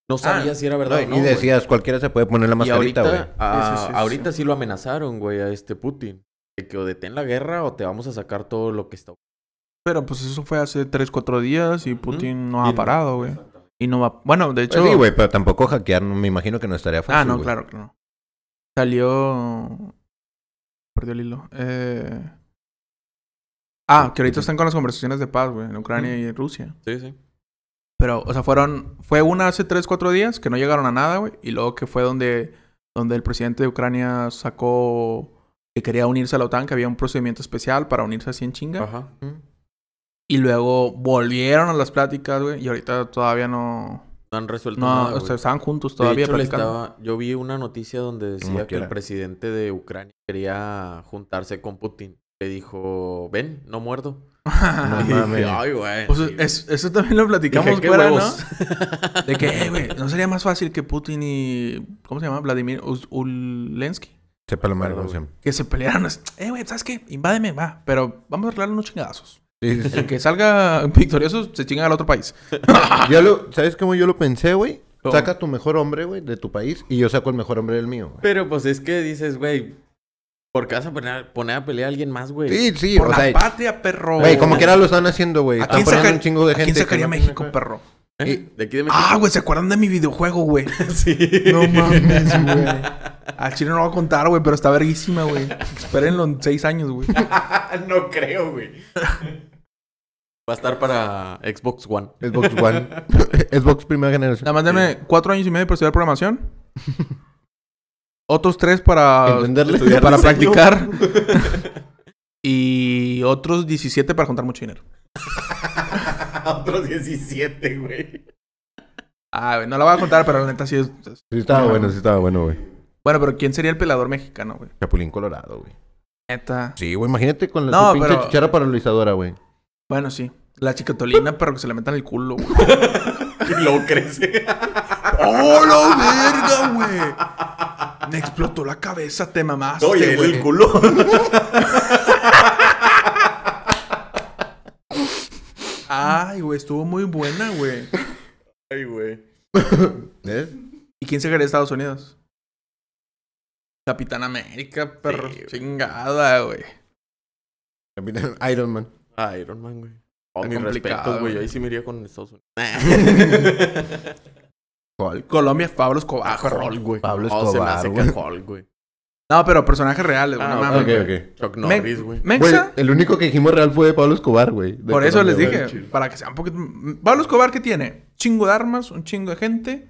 Speaker 3: no sabías si era verdad
Speaker 2: Ah, No,
Speaker 3: o no.
Speaker 2: y
Speaker 3: güey.
Speaker 2: decías, cualquiera se puede poner la
Speaker 3: Y
Speaker 2: mascarita,
Speaker 3: ahorita,
Speaker 2: güey.
Speaker 3: ah,
Speaker 1: Sí, sí, sí,
Speaker 3: ahorita sí. lo amenazaron, güey, a este Putin. De que o detén la guerra o te vamos a sacar todo lo que está.
Speaker 1: Pero pues eso fue hace 3, 4 días y Putin no
Speaker 3: Y
Speaker 1: ha
Speaker 3: no-
Speaker 1: parado, güey. Y no va... Bueno, de
Speaker 2: Pues
Speaker 1: hecho...
Speaker 2: sí, güey, pero tampoco hackear, no- me imagino que no estaría fácil.
Speaker 1: ah, no,
Speaker 2: güey.
Speaker 1: claro que no. Salió... Perdió el hilo. Eh... Ah, que ahorita están con las conversaciones de paz, güey, en Ucrania y en Rusia.
Speaker 3: Sí, sí.
Speaker 1: Pero, o sea, fueron... Fue una hace 3, 4 días que no llegaron a nada, güey. Y luego que fue donde, donde el presidente de Ucrania sacó... Que quería unirse a la OTAN, que había un procedimiento especial para unirse así en chinga.
Speaker 3: Ajá. No
Speaker 1: Y luego volvieron a las pláticas, güey. Y ahorita todavía no...
Speaker 3: han resuelto
Speaker 1: No,
Speaker 3: nada.
Speaker 1: o sea,
Speaker 3: güey.
Speaker 1: estaban juntos
Speaker 3: De
Speaker 1: todavía
Speaker 3: hecho, le
Speaker 1: platicando. [laughs]
Speaker 3: estaba- yo vi una noticia donde decía que
Speaker 2: quiera.
Speaker 3: el presidente de Ucrania quería juntarse con Putin. Le dijo, ven, no muerdo. [laughs]
Speaker 2: No
Speaker 3: Y dije,
Speaker 2: Ah, mames.
Speaker 3: Ay, güey.
Speaker 1: Pues
Speaker 3: sí".
Speaker 1: es- eso también lo
Speaker 3: Dije,
Speaker 1: platicamos
Speaker 3: "¿Qué
Speaker 1: fuera,
Speaker 3: huevos?".
Speaker 1: ¿no? [laughs] De que, eh, güey, ¿no sería más fácil que Putin y... ¿Cómo se llama? Vladimir Uz- Ulensky.
Speaker 2: Sepa lo malo,
Speaker 3: Perdón,
Speaker 2: ¿cómo se llama?
Speaker 1: Que se pelearan. Es, Eh, güey, ¿sabes qué? Invádeme, va. Pero vamos a arreglar unos chingazos.
Speaker 2: Sí, sí,
Speaker 1: [laughs]
Speaker 2: sí.
Speaker 1: El que salga victorioso se chinga al otro país.
Speaker 2: Yo lo- ¿Sabes cómo yo lo pensé, güey?
Speaker 1: Ah. ¿Cómo?
Speaker 2: Saca tu mejor hombre, güey, de tu país y yo saco el mejor hombre del mío. güey.
Speaker 3: Pero pues es que dices, güey, ¿por qué vas a poner, poner a pelear a alguien más, güey?
Speaker 2: Sí, sí,
Speaker 1: Por
Speaker 2: o
Speaker 1: la
Speaker 2: sea,
Speaker 1: patria, perro.
Speaker 2: güey, como quiera lo están haciendo, güey.
Speaker 1: ¿A
Speaker 2: Están
Speaker 1: quién
Speaker 2: poniendo
Speaker 1: saca-
Speaker 2: un chingo de
Speaker 1: ¿A
Speaker 2: gente.
Speaker 1: quién sacaría
Speaker 2: que no-
Speaker 1: México, perro?
Speaker 3: ¿Eh? De aquí de México.
Speaker 1: Ah, güey, ¿se acuerdan de mi videojuego, güey?
Speaker 3: [laughs] sí.
Speaker 1: [laughs] No mames, güey. Al chile no lo voy a contar, güey, pero está verguísima, güey. Espérenlo en seis años, güey.
Speaker 3: [laughs] no creo, güey. Va a estar para Xbox
Speaker 1: [laughs]
Speaker 3: One.
Speaker 2: Xbox One. Xbox primera generación.
Speaker 1: Nada más denme cuatro años y medio para estudiar programación. Otros tres para,
Speaker 2: Entenderle.
Speaker 1: estudiar-
Speaker 3: [laughs]
Speaker 1: para
Speaker 2: Diseño.
Speaker 1: practicar. [laughs] y otros 17 para juntar mucho dinero.
Speaker 3: Otros 17, güey.
Speaker 1: Ah, güey, no la voy a contar, pero la neta sí es... es-
Speaker 2: Sí estaba bueno, sí estaba bueno, güey.
Speaker 1: Bueno, pero ¿quién sería el pelador mexicano, güey?
Speaker 2: Chapulín Colorado, güey.
Speaker 1: Neta.
Speaker 2: Sí, güey, imagínate con la
Speaker 1: No,
Speaker 2: tu pinche
Speaker 1: pero-
Speaker 2: chichara paralizadora, güey.
Speaker 1: Bueno, sí. La chicatolina, pero que se le metan el culo,
Speaker 3: [laughs]
Speaker 1: güey.
Speaker 3: Y luego
Speaker 1: [laughs]
Speaker 3: crece. [laughs]
Speaker 1: ¡Oh, la verga, güey! Me explotó la cabeza, te mamaste,
Speaker 3: No, y él
Speaker 1: güey. [laughs]
Speaker 3: el culo.
Speaker 1: Ay, güey, estuvo muy buena, güey.
Speaker 3: Ay, güey.
Speaker 2: ¿Ves?
Speaker 1: [laughs] ¿Y quién se quería a Estados Unidos? Capitán América, perro.
Speaker 3: Sí, güey.
Speaker 1: Chingada, güey.
Speaker 2: Capitán Iron Man.
Speaker 3: Ah, Iron Man, güey. Oh,
Speaker 1: Está
Speaker 3: mis
Speaker 1: complicado,
Speaker 3: respetos, güey.
Speaker 1: güey.
Speaker 3: Ahí sí me iría con
Speaker 1: [laughs]
Speaker 3: Estados Unidos. Ah,
Speaker 2: Hulk.
Speaker 1: Colombia, Pablo Escobar, Ah, perro.
Speaker 3: Hulk, güey.
Speaker 2: Pablo
Speaker 3: Oh, se me
Speaker 2: Escobar,
Speaker 3: hace
Speaker 2: güey.
Speaker 3: que Hulk, güey.
Speaker 1: No, pero personajes reales, güey.
Speaker 3: Ah,
Speaker 1: no mames.
Speaker 2: Ok,
Speaker 3: güey.
Speaker 2: ok.
Speaker 3: Chuck
Speaker 1: Me-
Speaker 3: Norris, güey.
Speaker 2: Güey,
Speaker 1: Mexa,
Speaker 2: el único que dijimos real fue Pablo Escobar, güey. de
Speaker 1: por eso
Speaker 2: Colombia,
Speaker 1: les dije,
Speaker 2: güey.
Speaker 1: para que sea un poquito. Pablo Escobar, ¿qué tiene? Chingo de armas, un chingo de gente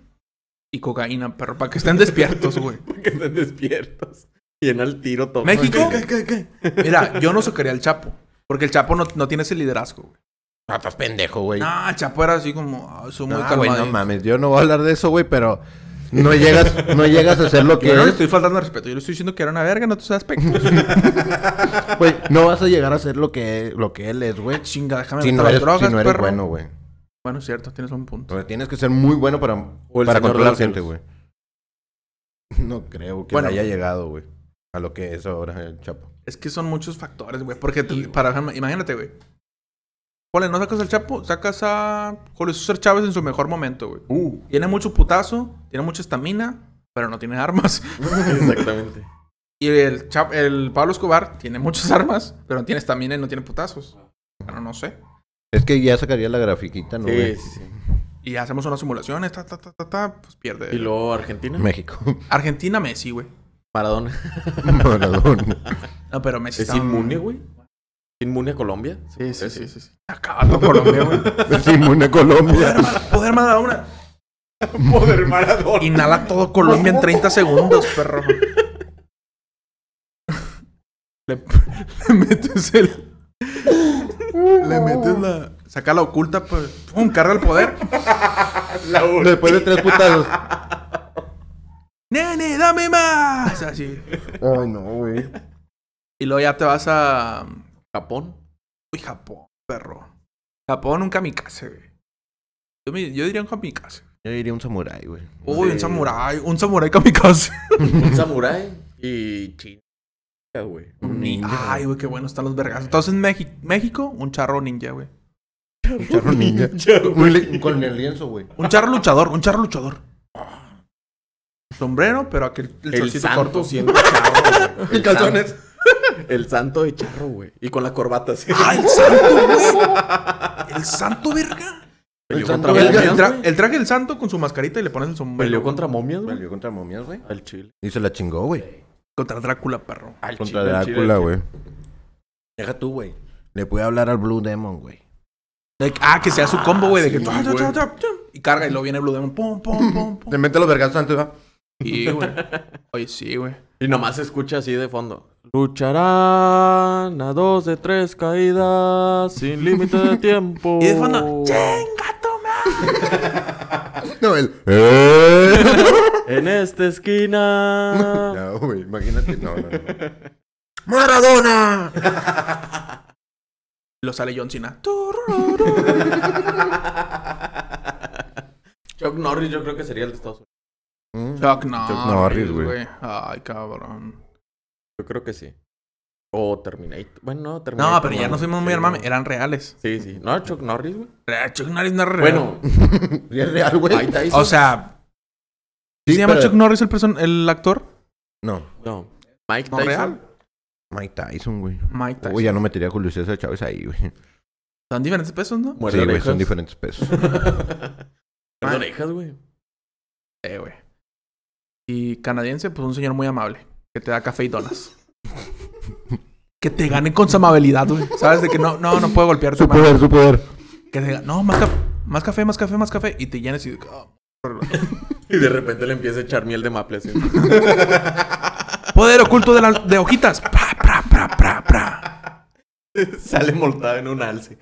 Speaker 1: y cocaína, perro, para que estén despiertos, [laughs] güey.
Speaker 3: Para [laughs] que estén despiertos. Y en al tiro todo.
Speaker 1: ¿México?
Speaker 3: ¿Qué, qué, qué, qué?
Speaker 1: Mira, yo no socaría al Chapo, porque el Chapo no, no tiene ese liderazgo, güey.
Speaker 2: Ah, estás pendejo, güey. No, pues,
Speaker 1: Ah, Chapo era así como. ah, soy muy
Speaker 2: güey, no
Speaker 1: calmado.
Speaker 2: mames. Yo no voy a hablar de eso, güey, pero no llegas, [laughs] no llegas a hacer lo que
Speaker 1: yo no le
Speaker 2: es.
Speaker 1: estoy faltando al respeto. Yo le estoy diciendo que era una verga, no te seas pendejo.
Speaker 2: Güey, no vas a llegar a ser lo que, lo que él es, güey.
Speaker 1: Chinga, déjame
Speaker 2: Si
Speaker 1: meter
Speaker 2: no
Speaker 1: las
Speaker 2: eres,
Speaker 1: drogas,
Speaker 2: si no eres
Speaker 1: perro.
Speaker 2: bueno, güey.
Speaker 1: Bueno, es cierto, tienes un punto.
Speaker 2: O sea, tienes que ser muy bueno para,
Speaker 4: O el señor de
Speaker 2: para controlar
Speaker 4: los
Speaker 2: gente,
Speaker 4: cielos.
Speaker 2: güey. No creo que
Speaker 1: Bueno.
Speaker 2: haya llegado, güey. A lo que es ahora el Chapo.
Speaker 1: Es que son muchos factores, güey. Porque te- para, imagínate, güey. Ponle, no sacas al Chapo, sacas a Julio César Chávez en su mejor momento, güey.
Speaker 4: Uh,
Speaker 1: Tiene mucho putazo, tiene mucha estamina, pero no tiene armas.
Speaker 3: [laughs]
Speaker 1: [laughs]
Speaker 3: Exactamente.
Speaker 1: Y el, Cha- el Pablo Escobar tiene muchas armas, pero no tiene estamina y no tiene putazos. Bueno, no sé.
Speaker 2: Es que ya sacaría la grafiquita, ¿no,
Speaker 3: Sí,
Speaker 2: güey?
Speaker 3: sí, sí.
Speaker 1: Y hacemos unas simulaciones, ta, ta, ta, ta, ta, pues pierde.
Speaker 3: Y luego Argentina.
Speaker 2: México.
Speaker 1: Argentina, Messi, güey.
Speaker 3: Maradona.
Speaker 2: [laughs] Maradona.
Speaker 1: No, pero Messi
Speaker 3: ¿Es
Speaker 1: está-
Speaker 3: inmune, güey? ¿Es ¿Inmune a Colombia?
Speaker 1: Sí, sí, sí, sí. sí.
Speaker 2: Ah,
Speaker 1: Acaba con Colombia, güey.
Speaker 2: [laughs] Simón de Colombia.
Speaker 1: Poder, Mara- poder Maradona.
Speaker 3: Poder Maradona.
Speaker 1: Inhala todo Colombia en 30 segundos, perro. Le, le metes el. Le metes la. Saca la oculta, pues. ¡Pum! Carga el poder.
Speaker 2: Después de tres [laughs] putazos.
Speaker 1: ¡Nene, dame más! Así.
Speaker 2: Ay, no, güey.
Speaker 1: Y luego ya te vas a.
Speaker 3: Japón.
Speaker 1: Uy, Japón, perro. Japón, un kamikaze, güey. Yo, me- yo diría un kamikaze.
Speaker 2: Yo diría un samurái, güey.
Speaker 1: Uy, un
Speaker 3: Sí.
Speaker 1: samurái. Un samurái kamikaze.
Speaker 3: Un samurái. Y China, güey.
Speaker 2: Un ninja.
Speaker 1: Ay, güey, qué bueno están los vergas. Entonces, México, México un charro ninja, güey.
Speaker 2: Un charro [laughs]
Speaker 3: [laughs]
Speaker 2: ninja. Un li- Con el lienzo, güey.
Speaker 1: Un charro luchador, un charro luchador. Sombrero, pero aquel el,
Speaker 3: El
Speaker 1: shortcito
Speaker 3: santo
Speaker 1: corto.
Speaker 3: siendo charro, güey.
Speaker 4: y
Speaker 3: El santo-
Speaker 4: calzones.
Speaker 3: [laughs] El santo de charro, güey. Y con la corbata así.
Speaker 1: ¡Ah, el santo, güey! ¡El santo, verga!
Speaker 3: Peleó
Speaker 2: santo
Speaker 3: contra
Speaker 1: El,
Speaker 2: belga.
Speaker 1: el
Speaker 3: momias,
Speaker 1: tra-
Speaker 3: güey.
Speaker 1: el traje del santo con su mascarita y le pones el
Speaker 3: Peleó
Speaker 1: sombrero.
Speaker 3: contra momias, güey.
Speaker 2: Valió contra momias, güey.
Speaker 3: Al chile.
Speaker 2: Y se la chingó, güey.
Speaker 1: Contra Drácula, perro.
Speaker 3: Al
Speaker 2: Contra
Speaker 3: chile, al chile,
Speaker 2: Drácula,
Speaker 3: al chile.
Speaker 2: güey.
Speaker 4: Deja tú, güey.
Speaker 2: Le pude hablar al Blue Demon, güey.
Speaker 1: De- ah, que sea su combo, güey. de que...
Speaker 3: sí, güey.
Speaker 1: Y carga y luego viene Blue Demon. Pum, pum, pum, pum.
Speaker 2: Te mete los vergazos antes, va.
Speaker 1: Sí, güey. Oye, sí, güey.
Speaker 3: Y nomás se escucha así de fondo. Lucharán a dos de tres caídas sin límite de tiempo.
Speaker 1: [laughs] Y de
Speaker 3: Oh.
Speaker 1: fondo, ¡chinga tu madre!
Speaker 2: No, él. ¡Eh!
Speaker 3: [laughs]
Speaker 2: [laughs]
Speaker 3: En esta esquina.
Speaker 2: No, güey, imagínate. No, no, no. ¡Maradona!
Speaker 1: [laughs] Lo sale John Cena.
Speaker 3: Chuck Norris yo creo que sería el de Estados Unidos.
Speaker 2: Mm.
Speaker 1: Chuck
Speaker 2: Norris,
Speaker 1: Norris,
Speaker 2: güey.
Speaker 1: güey. Ay, cabrón.
Speaker 3: Yo creo que sí. O Terminator. Bueno, no, Terminator.
Speaker 1: No, pero ya no fuimos muy
Speaker 3: Sí,
Speaker 1: hermanos.
Speaker 3: no.
Speaker 1: Eran reales.
Speaker 3: Sí, sí. No, Chuck Norris, güey.
Speaker 1: Chuck Norris no era real.
Speaker 3: Bueno,
Speaker 2: Y es real, güey.
Speaker 3: Mike
Speaker 1: [laughs]
Speaker 3: Tyson.
Speaker 1: O sea,
Speaker 2: Sí,
Speaker 1: ¿se llama
Speaker 2: pero-
Speaker 1: Chuck Norris el, person- el actor?
Speaker 2: No,
Speaker 3: No. Mike
Speaker 1: ¿No
Speaker 3: Tyson.
Speaker 1: real?
Speaker 2: Mike Tyson, güey.
Speaker 1: Mike Tyson.
Speaker 2: Uy, ya no metería a Julio César Chávez ahí, güey.
Speaker 1: Son diferentes pesos, ¿no?
Speaker 3: Muerde
Speaker 2: Sí, güey,
Speaker 3: orejas.
Speaker 2: son diferentes pesos.
Speaker 3: [laughs] Muerde orejas, güey.
Speaker 1: Eh, güey. Y canadiense, pues un señor muy amable. Que te da café y donas. que te gane con su amabilidad, güey. Sabes de que no, no, no puedo golpearte,
Speaker 2: Su
Speaker 1: mano.
Speaker 2: poder, su poder.
Speaker 1: Que te ga- no, más, caf- más café, más café, más café. Y te llenes y... oh,
Speaker 3: Y de repente le empieza a echar miel de maple así.
Speaker 1: Poder oculto de, la- de hojitas. Pra, pra, pra, pra, pra.
Speaker 3: [laughs] Sale moltado en un alce.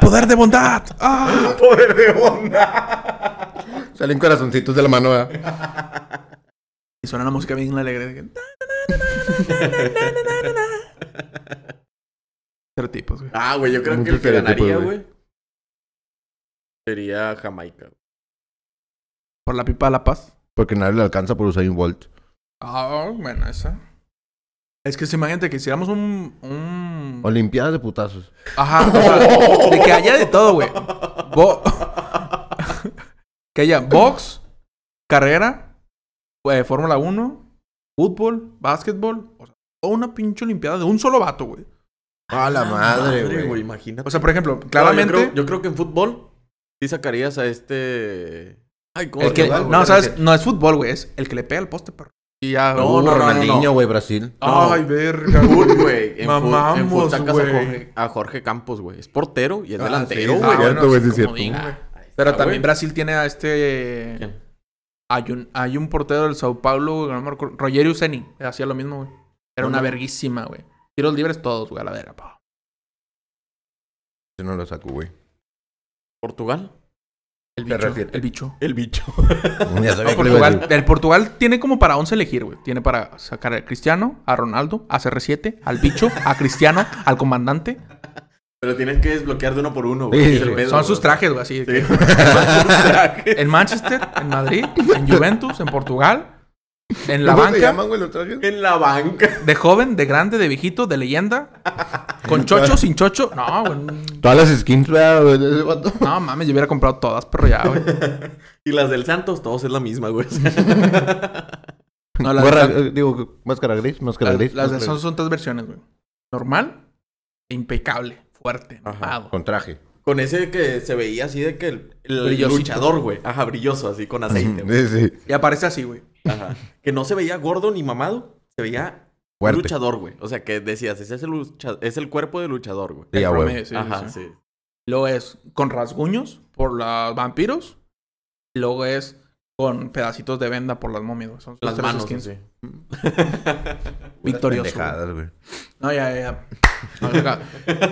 Speaker 1: Poder de bondad. Ah.
Speaker 3: [laughs] Poder de onda.
Speaker 2: Salen corazoncitos de la mano, ¿verdad?
Speaker 1: Y suena la música bien alegre. de que- Pero tipos, güey.
Speaker 3: [laughs] Ah, güey, yo creo que
Speaker 2: Mucho
Speaker 3: el que
Speaker 2: estereotipo,
Speaker 3: ganaría,
Speaker 2: güey.
Speaker 3: güey. Sería Jamaica.
Speaker 1: Por la pipa de la paz.
Speaker 2: Porque nadie le alcanza por Usain Bolt.
Speaker 1: Ah, bueno, esa. Es que si imagínate que hiciéramos un. un...
Speaker 2: Olimpiadas de putazos.
Speaker 1: Ajá, o sea, de que haya de todo, güey. Bo- [laughs] que haya box, carrera, eh, Fórmula 1, fútbol, básquetbol. O sea, toda una pinche olimpiada de un solo vato, güey.
Speaker 2: A la madre, güey.
Speaker 3: Imagínate.
Speaker 1: O sea, por ejemplo,
Speaker 3: No,
Speaker 1: claramente.
Speaker 3: yo, creo, yo creo que en fútbol sí sacarías a este. Ay, ¿cómo
Speaker 1: el que,
Speaker 3: se llama,
Speaker 1: no,
Speaker 3: güey?
Speaker 1: ¿sabes? No es fútbol, güey. Es el que le pega el poste, perro. Y ya.
Speaker 3: No, no,
Speaker 2: Uh,
Speaker 3: no, no,
Speaker 2: Ronaldinho,
Speaker 3: no.
Speaker 2: güey, Brasil.
Speaker 3: no.
Speaker 1: Ay, verga.
Speaker 3: [laughs] Fut, güey. En fut, en fut
Speaker 1: Mamamos,
Speaker 3: sacas a
Speaker 1: güey.
Speaker 3: Jorge, a Jorge Campos, güey. Es portero y es
Speaker 1: Ah,
Speaker 3: delantero,
Speaker 1: sí,
Speaker 3: güey.
Speaker 1: ah,
Speaker 2: Cierto, güey, sí,
Speaker 1: como
Speaker 2: cierto.
Speaker 1: digo, güey.
Speaker 3: Ahí
Speaker 1: Pero también
Speaker 3: está, Ah, güey.
Speaker 1: Brasil tiene a este.
Speaker 3: ¿Quién?
Speaker 1: Hay un, hay un portero del Sao Paulo, güey, no me acuerdo, Rogerio Ceni, hacía lo mismo, güey. Era una verguísima, güey. Tiros libres todos, güey, a la verga, pa.
Speaker 2: Yo no lo saco, güey.
Speaker 3: ¿Portugal?
Speaker 1: El
Speaker 2: ¿Te
Speaker 1: bicho.
Speaker 2: refieres?
Speaker 1: El bicho.
Speaker 3: El bicho.
Speaker 2: Ya sabía
Speaker 1: No,
Speaker 2: que lo iba a
Speaker 1: Portugal,
Speaker 2: decir.
Speaker 1: el Portugal tiene como para 11 elegir, güey. Tiene para sacar a Cristiano, a Ronaldo, a CR7, al bicho, a Cristiano, al comandante.
Speaker 3: [laughs] Pero tienes que desbloquear de uno por uno, güey.
Speaker 2: Sí,
Speaker 3: Es el
Speaker 2: güey.
Speaker 3: pedo,
Speaker 1: Son
Speaker 3: güey.
Speaker 1: sus trajes, güey. Así de
Speaker 3: Sí. [laughs]
Speaker 1: que En Manchester, en Madrid,
Speaker 2: [laughs]
Speaker 1: en Juventus, en Portugal, en la
Speaker 2: ¿Cómo se
Speaker 1: banca.
Speaker 2: llaman, güey, los trajes?
Speaker 3: en la banca.
Speaker 1: De joven, de grande, de viejito, de leyenda. Con chocho, sin chocho. No, güey.
Speaker 2: Todas las skins, ¿verdad, güey, de ese vato.
Speaker 1: No mames, yo hubiera comprado todas, pero ya, güey.
Speaker 3: Y las del Santos, todos es la misma, güey.
Speaker 1: No, las,
Speaker 2: Gorra,
Speaker 1: las-
Speaker 2: eh, digo, máscara gris, máscara
Speaker 1: las-
Speaker 2: gris.
Speaker 1: las de
Speaker 2: máscara
Speaker 1: son, son tres versiones, güey. Normal, e impecable, fuerte,
Speaker 3: Ajá.
Speaker 1: mamado.
Speaker 2: gris. Con traje.
Speaker 3: Con ese que se veía así de que el, el
Speaker 1: Brillosito.
Speaker 3: luchador, güey. Ajá, brilloso, así con aceite. güey.
Speaker 2: Sí, sí.
Speaker 1: Y aparece así, güey.
Speaker 3: Ajá. Que no se veía gordo ni mamado. Se veía
Speaker 2: Fuerte.
Speaker 3: luchador, güey. O sea, que decías, ese es el, lucha- es el cuerpo de luchador, güey.
Speaker 2: Sí,
Speaker 1: El
Speaker 2: a huevo.
Speaker 1: promedio, sí, sí,
Speaker 3: Ajá,
Speaker 1: sí.
Speaker 3: sí.
Speaker 1: Luego es con rasguños por los vampiros. Luego es con pedacitos de venda por las momias, güey. Son sus
Speaker 3: Las
Speaker 1: tres
Speaker 3: manos,
Speaker 1: skins.
Speaker 3: sí.
Speaker 1: Victorioso. güey.
Speaker 2: Pendejadas, güey.
Speaker 1: No, ya, ya. ya.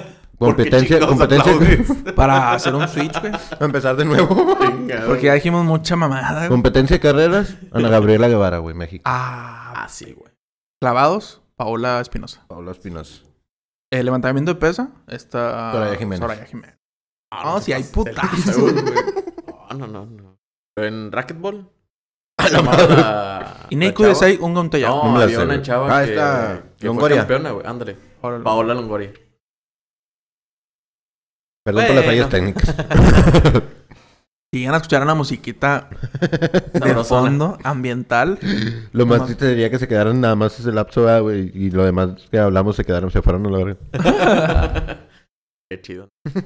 Speaker 1: [laughs]
Speaker 3: ¿Por qué
Speaker 2: Competencia,
Speaker 3: chingados
Speaker 2: [laughs] competencia.
Speaker 3: aplaudes? [laughs]
Speaker 1: Para hacer un switch, güey.
Speaker 2: A empezar de nuevo.
Speaker 3: Chingado.
Speaker 1: Porque ya dijimos mucha mamada, güey.
Speaker 2: Competencia de carreras, Ana Gabriela Guevara, güey, México.
Speaker 1: Ah,
Speaker 3: Ah, sí, güey.
Speaker 1: clavados, Paola Espinosa.
Speaker 2: Pablo Espinosa.
Speaker 1: El levantamiento de pesa, esta.
Speaker 2: Soraya Jiménez.
Speaker 1: Soraya Jiménez.
Speaker 3: Ah,
Speaker 1: No,
Speaker 3: no,
Speaker 1: si hay
Speaker 3: se pasa de lanza,
Speaker 1: putazos,
Speaker 3: güey.
Speaker 1: güey.
Speaker 3: No, no, no, no. Pero en racquetball.
Speaker 2: A la
Speaker 3: Llamaba
Speaker 2: madre.
Speaker 3: la-
Speaker 1: Y
Speaker 3: la
Speaker 1: Neiko
Speaker 3: chava.
Speaker 1: Desai, un gontoya.
Speaker 3: No,
Speaker 2: No me la
Speaker 3: había
Speaker 2: sé,
Speaker 3: una
Speaker 2: güey.
Speaker 3: chava
Speaker 2: Ah,
Speaker 3: que,
Speaker 2: esta
Speaker 3: que
Speaker 2: Longoria.
Speaker 3: fue campeona, güey. Ándale.
Speaker 1: Órale.
Speaker 3: Paola Longoria.
Speaker 2: Perdón por las fallas
Speaker 3: Bueno.
Speaker 2: técnicas.
Speaker 1: Si llegan a escuchar una musiquita de
Speaker 3: Sabrosona.
Speaker 1: fondo, ambiental.
Speaker 2: [laughs] Lo
Speaker 1: No
Speaker 2: más
Speaker 1: mames.
Speaker 2: triste sería que se quedaran nada más ese lapso, ¿verdad, güey. Y lo demás que hablamos se quedaron, se fueron a la [laughs] verga.
Speaker 3: [laughs] Qué chido. [laughs]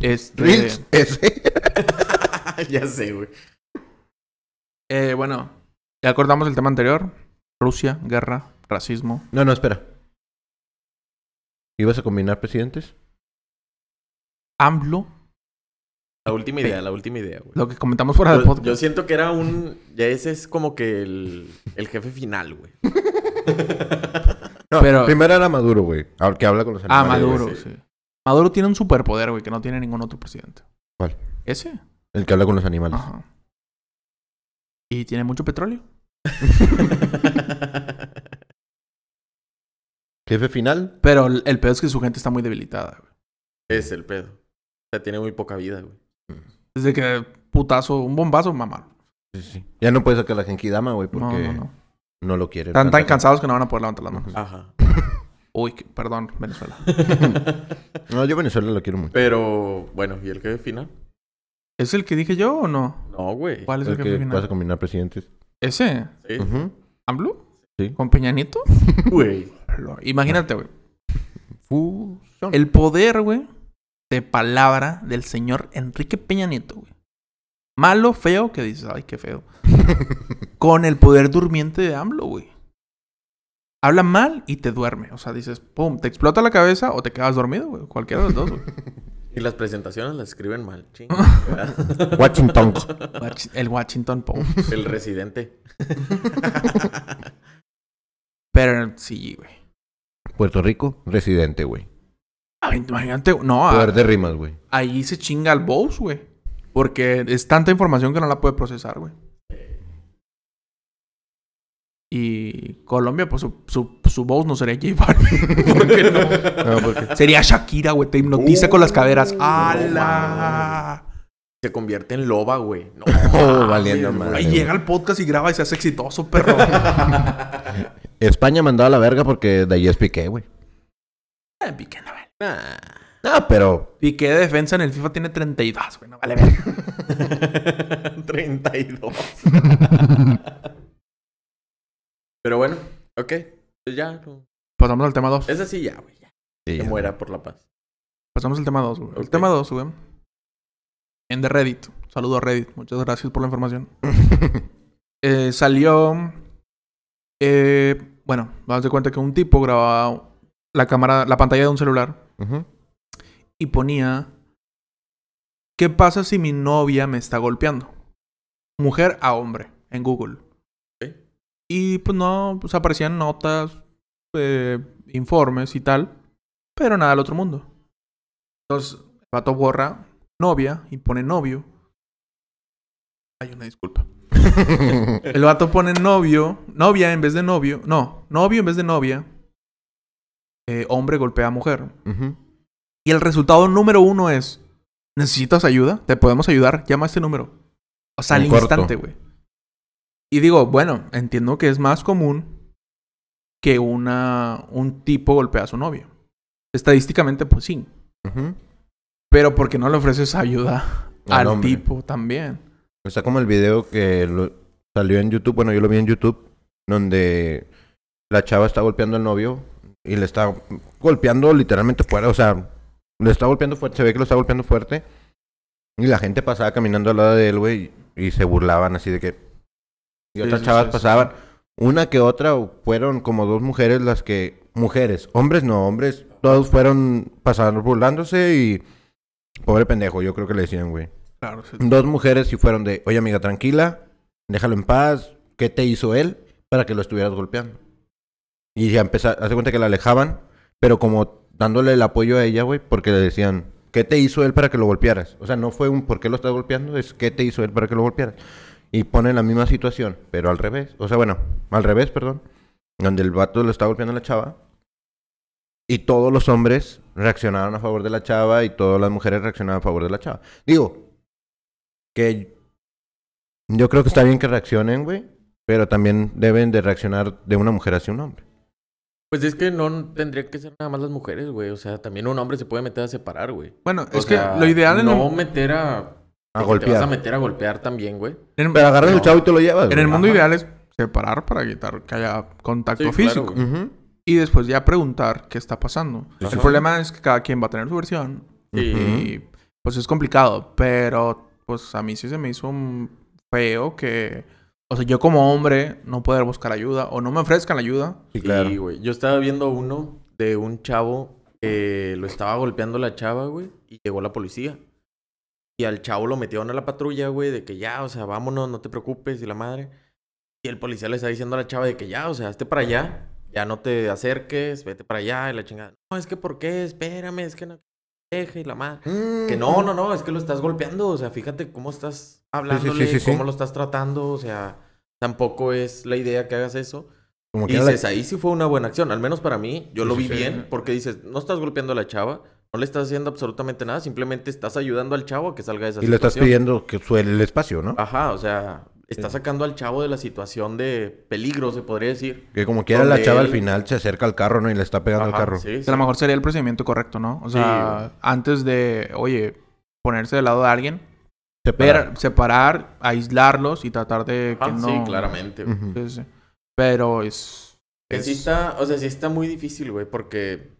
Speaker 1: Este,
Speaker 2: Reels, ese.
Speaker 3: ya sé, güey.
Speaker 1: eh, bueno, ya acordamos el tema anterior. Rusia, guerra, racismo.
Speaker 2: No, no, espera. ¿Ibas a combinar presidentes?
Speaker 1: AMLO,
Speaker 3: La última idea, la última idea, güey.
Speaker 1: lo que comentamos fuera del
Speaker 3: Yo, yo
Speaker 1: podcast.
Speaker 3: siento que era un. Ya ese es como que el, el jefe final, güey. [laughs]
Speaker 2: No,
Speaker 1: Pero-
Speaker 2: primero era Maduro, güey. Al que habla con los
Speaker 1: Ah,
Speaker 2: animales. güey.
Speaker 1: Maduro, sí. Maduro tiene un superpoder, güey, que no tiene ningún otro presidente.
Speaker 2: ¿Cuál?
Speaker 1: ¿Ese?
Speaker 2: El que habla con los animales.
Speaker 1: Ajá. ¿Y tiene mucho petróleo?
Speaker 2: Jefe final.
Speaker 1: Pero el, el peor es que su gente está muy debilitada, güey.
Speaker 3: es el pedo. O sea, tiene muy poca vida, güey.
Speaker 1: Desde que putazo, un bombazo, mamá.
Speaker 2: Sí, sí. Ya no puede sacar la Genkidama, güey,
Speaker 1: No,
Speaker 2: porque no,
Speaker 1: no, no.
Speaker 2: lo quiere.
Speaker 1: Están tan
Speaker 2: Tanta-
Speaker 1: cansados que no van a poder levantar las manos.
Speaker 3: Ajá.
Speaker 1: Uy, que- perdón, Venezuela.
Speaker 2: Ah, No, yo Venezuela lo quiero
Speaker 3: [laughs]
Speaker 2: mucho.
Speaker 3: Pero, bueno, ¿y el jefe final?
Speaker 1: ¿Es el que dije yo o no?
Speaker 3: No, güey.
Speaker 1: ¿Cuál es el,
Speaker 2: El
Speaker 1: que
Speaker 2: que
Speaker 1: final?
Speaker 2: vas a combinar presidentes.
Speaker 1: ¿Ese?
Speaker 3: [laughs] Sí,
Speaker 2: Ujú.
Speaker 1: ¿AMLO?
Speaker 2: Sí.
Speaker 1: ¿Con Peñanito?
Speaker 3: güey.
Speaker 1: Imagínate, güey. [laughs]
Speaker 2: Fusión.
Speaker 1: El poder, güey, de palabra del señor Enrique Peña Nieto, güey. Malo, feo, que dices, ay, qué feo. Con el poder durmiente de AMLO, güey. Habla mal y te duerme. O sea, dices, pum, te explota la cabeza o te quedas dormido, güey. Cualquiera de los dos, güey.
Speaker 3: Y las presentaciones las escriben mal, ching.
Speaker 2: Washington.
Speaker 1: Wach- El Washington Post.
Speaker 3: el residente.
Speaker 1: Pero sí, güey.
Speaker 2: Puerto Rico, residente, güey.
Speaker 1: Ay, Imagínate, no, a-
Speaker 2: Poder de rimas, güey.
Speaker 1: ahí se chinga el Bose, güey. Porque es tanta información que no la puede procesar, güey. Y Colombia, pues su, su, su Bose no sería J
Speaker 3: [laughs]
Speaker 1: Balvin. Porque no.
Speaker 2: No, porque
Speaker 1: Sería Shakira, güey. Te hipnotiza con las caderas.
Speaker 3: Uh,
Speaker 1: ¡Hala!
Speaker 3: Se convierte en loba, güey. No,
Speaker 2: Oh, valiendo
Speaker 3: mames,
Speaker 2: madre.
Speaker 1: Ahí [laughs]
Speaker 3: güey.
Speaker 1: llega el podcast y graba y se hace exitoso,
Speaker 3: [laughs]
Speaker 1: perro.
Speaker 2: España mandaba a la verga porque de ahí es Piqué, güey.
Speaker 1: Eh, Piqué, no vale.
Speaker 3: Nah.
Speaker 2: No, pero
Speaker 1: Piqué de defensa en el FIFA tiene 32, güey. No vale verga.
Speaker 3: [laughs] 32. Pero bueno, ok. Pues ya. no.
Speaker 1: Pasamos al tema 2.
Speaker 3: Es así ya, güey. ya.
Speaker 2: Sí,
Speaker 3: Que
Speaker 2: ya.
Speaker 3: muera por la paz.
Speaker 1: Pasamos al tema 2, güey. El
Speaker 3: Ok.
Speaker 1: tema 2, güey. En de Reddit. Saludo a Reddit. Muchas gracias por la información. Eh, salió. eh, bueno, vamos de cuenta que un tipo grababa la cámara, la pantalla de un celular
Speaker 2: [laughs] Ujú. [laughs]
Speaker 1: y ponía. ¿Qué pasa si mi novia me está golpeando? Mujer a hombre en Google.
Speaker 3: Ok.
Speaker 1: Y pues no, pues aparecían notas, eh, informes y tal, pero nada del otro mundo. Entonces, el vato borra novia y pone novio. Hay una disculpa.
Speaker 2: Eh.
Speaker 1: El vato pone novio, novia en vez de novio. No, novio en vez de novia. Eh, hombre golpea a mujer.
Speaker 2: Ujú.
Speaker 1: Y el resultado número uno es: ¿Necesitas ayuda? ¿Te podemos ayudar? Llama a este número. O sea, al
Speaker 2: En corto.
Speaker 1: instante, güey. Y digo, bueno, entiendo que es más común que una, un tipo golpea a su novia. Estadísticamente, pues sí.
Speaker 2: Ujú.
Speaker 1: Pero porque no le ofreces ayuda
Speaker 2: Al
Speaker 1: al,
Speaker 2: hombre.
Speaker 1: tipo también.
Speaker 2: Está como el video que lo- salió en YouTube, bueno, yo lo vi en YouTube, donde la chava está golpeando al novio y le está golpeando literalmente fuerte, o sea, le está golpeando fuerte, se ve que lo está golpeando fuerte y la gente pasaba caminando al lado de él, güey, y se burlaban así de que... Y
Speaker 1: Sí,
Speaker 2: otras
Speaker 1: sí,
Speaker 2: chavas
Speaker 1: sí, sí.
Speaker 2: pasaban, una que otra fueron como dos mujeres las que... Mujeres, hombres no, hombres, todos fueron pasando burlándose y... Pobre pendejo, yo creo que le decían, güey.
Speaker 1: Claro, sí.
Speaker 2: Dos mujeres y fueron de, oye amiga, tranquila, déjalo en paz, ¿qué te hizo él para que lo estuvieras golpeando? Y ya empezó, hace cuenta que la alejaban, pero como dándole el apoyo a ella, güey, porque le decían, ¿qué te hizo él para que lo golpearas? O sea, no fue un ¿por qué lo estás golpeando? Es ¿qué te hizo él para que lo golpearas? Y ponen la misma situación, pero al revés. O sea, bueno, al revés, perdón. Donde el vato lo está golpeando a la chava. Y todos los hombres reaccionaron a favor de la chava y todas las mujeres reaccionaron a favor de la chava. Digo, que yo creo que está bien que reaccionen, güey, pero también deben de reaccionar de una mujer hacia un hombre.
Speaker 3: Pues es que no tendría que ser nada más las mujeres, güey. O sea, también un hombre se puede meter a separar, güey.
Speaker 1: Bueno,
Speaker 3: O
Speaker 1: es que
Speaker 3: sea,
Speaker 1: lo ideal en,
Speaker 3: no
Speaker 1: un-
Speaker 3: meter a que Te
Speaker 2: A
Speaker 3: vas a
Speaker 2: golpear.
Speaker 3: meter a golpear también, güey.
Speaker 1: en-
Speaker 2: Pero agarras
Speaker 3: No.
Speaker 2: el chavo y te lo llevas.
Speaker 1: en el
Speaker 2: güey.
Speaker 1: mundo
Speaker 2: Ajá.
Speaker 1: ideal es separar para evitar que haya contacto
Speaker 3: Sí, claro,
Speaker 1: físico.
Speaker 3: güey.
Speaker 2: Ah, Ujú.
Speaker 1: y después ya preguntar qué está pasando.
Speaker 2: Sí,
Speaker 1: el
Speaker 2: sí.
Speaker 1: problema es que cada quien va a tener su versión
Speaker 3: Sí.
Speaker 1: y pues es complicado, pero pues a mí sí se me hizo un feo que, o sea, yo como hombre no poder buscar ayuda o no me ofrezcan la ayuda.
Speaker 2: Sí, claro.
Speaker 3: Sí, güey. Yo estaba viendo uno de un chavo que lo estaba golpeando la chava, güey, y llegó la policía. Y al chavo lo metieron a la patrulla, güey, de que ya, o sea, vámonos, no te preocupes, y la madre. Y el policía le está diciendo a la chava de que ya, o sea, hazte para allá, ya no te acerques, vete para allá, y la chingada. No, es que ¿por qué? Espérame, es que no deje, y la madre. mm, Que no, no, no, es que lo estás golpeando, o sea, fíjate cómo estás hablándole,
Speaker 2: sí, sí.
Speaker 3: cómo lo estás tratando, o sea, tampoco es la idea que hagas eso.
Speaker 2: Como
Speaker 3: Y
Speaker 2: que era la-
Speaker 3: dices, ahí sí fue una buena acción, al menos para mí, yo
Speaker 2: Sí,
Speaker 3: lo
Speaker 2: sí,
Speaker 3: vi
Speaker 2: sí.
Speaker 3: bien, porque dices, no estás golpeando a la chava, no le estás haciendo absolutamente nada, simplemente estás ayudando al chavo a que salga de esa
Speaker 2: Y le estás
Speaker 3: situación.
Speaker 2: pidiendo que suele el espacio, ¿no?
Speaker 3: Ajá, o sea, estás sacando al chavo de la situación de peligro, se podría decir.
Speaker 2: Que como quiera
Speaker 3: Donde
Speaker 2: la chava al
Speaker 3: él-
Speaker 2: final se acerca al carro, ¿no? Y le está pegando al
Speaker 3: Ajá,
Speaker 2: carro.
Speaker 3: sí,
Speaker 1: A lo
Speaker 3: sí.
Speaker 1: mejor sería el procedimiento correcto, ¿no? O sea, antes de, oye, ponerse del lado de alguien,
Speaker 2: Separar.
Speaker 1: ver, separar, aislarlos y tratar de que
Speaker 3: Ajá,
Speaker 1: no.
Speaker 3: sí, claramente. güey.
Speaker 2: Ujú.
Speaker 1: Sí, sí. Pero es...
Speaker 3: Que sí
Speaker 1: es-
Speaker 3: está, o sea, sí está muy difícil, güey, porque,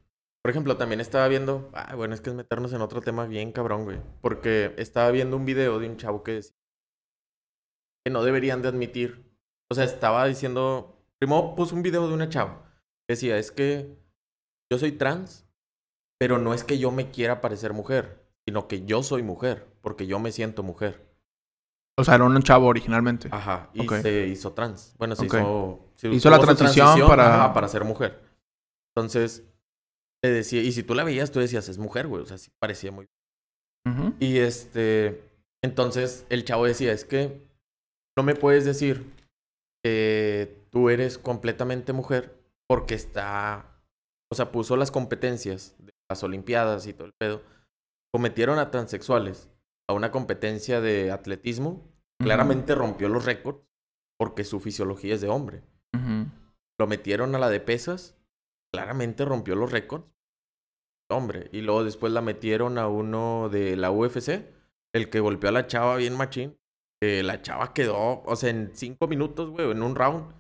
Speaker 3: por ejemplo, también estaba viendo, ah, bueno, es que es meternos en otro tema bien cabrón, güey, porque estaba viendo un video de un chavo que decía que no deberían de admitir, o sea, estaba diciendo, primero puso un video de una chava, que decía, es que yo soy trans, pero no es que yo me quiera parecer mujer, sino que yo soy mujer, porque yo me siento mujer.
Speaker 1: O sea, era un chavo originalmente.
Speaker 3: Ajá, y
Speaker 1: Ok.
Speaker 3: se hizo trans. Bueno, se
Speaker 1: Ok.
Speaker 3: hizo... se
Speaker 1: Hizo la
Speaker 3: tuvo su
Speaker 1: transición para-
Speaker 3: ajá, para ser mujer. Entonces, le decía... Y si tú la veías, tú decías, es mujer, güey. O sea, sí parecía muy...
Speaker 1: Ujú.
Speaker 3: Y este... Entonces, el chavo decía, es que no me puedes decir que tú eres completamente mujer porque está... O sea, puso las competencias de las olimpiadas y todo el pedo. Cometieron a transexuales a una competencia de atletismo claramente rompió los récords porque su fisiología es de hombre.
Speaker 1: Ujú.
Speaker 3: Lo metieron a la de pesas, claramente rompió los récords. Hombre, y luego después la metieron a uno de la UFC, el que golpeó a la chava bien machín. que la chava quedó, o sea, en cinco minutos, güey, en un round,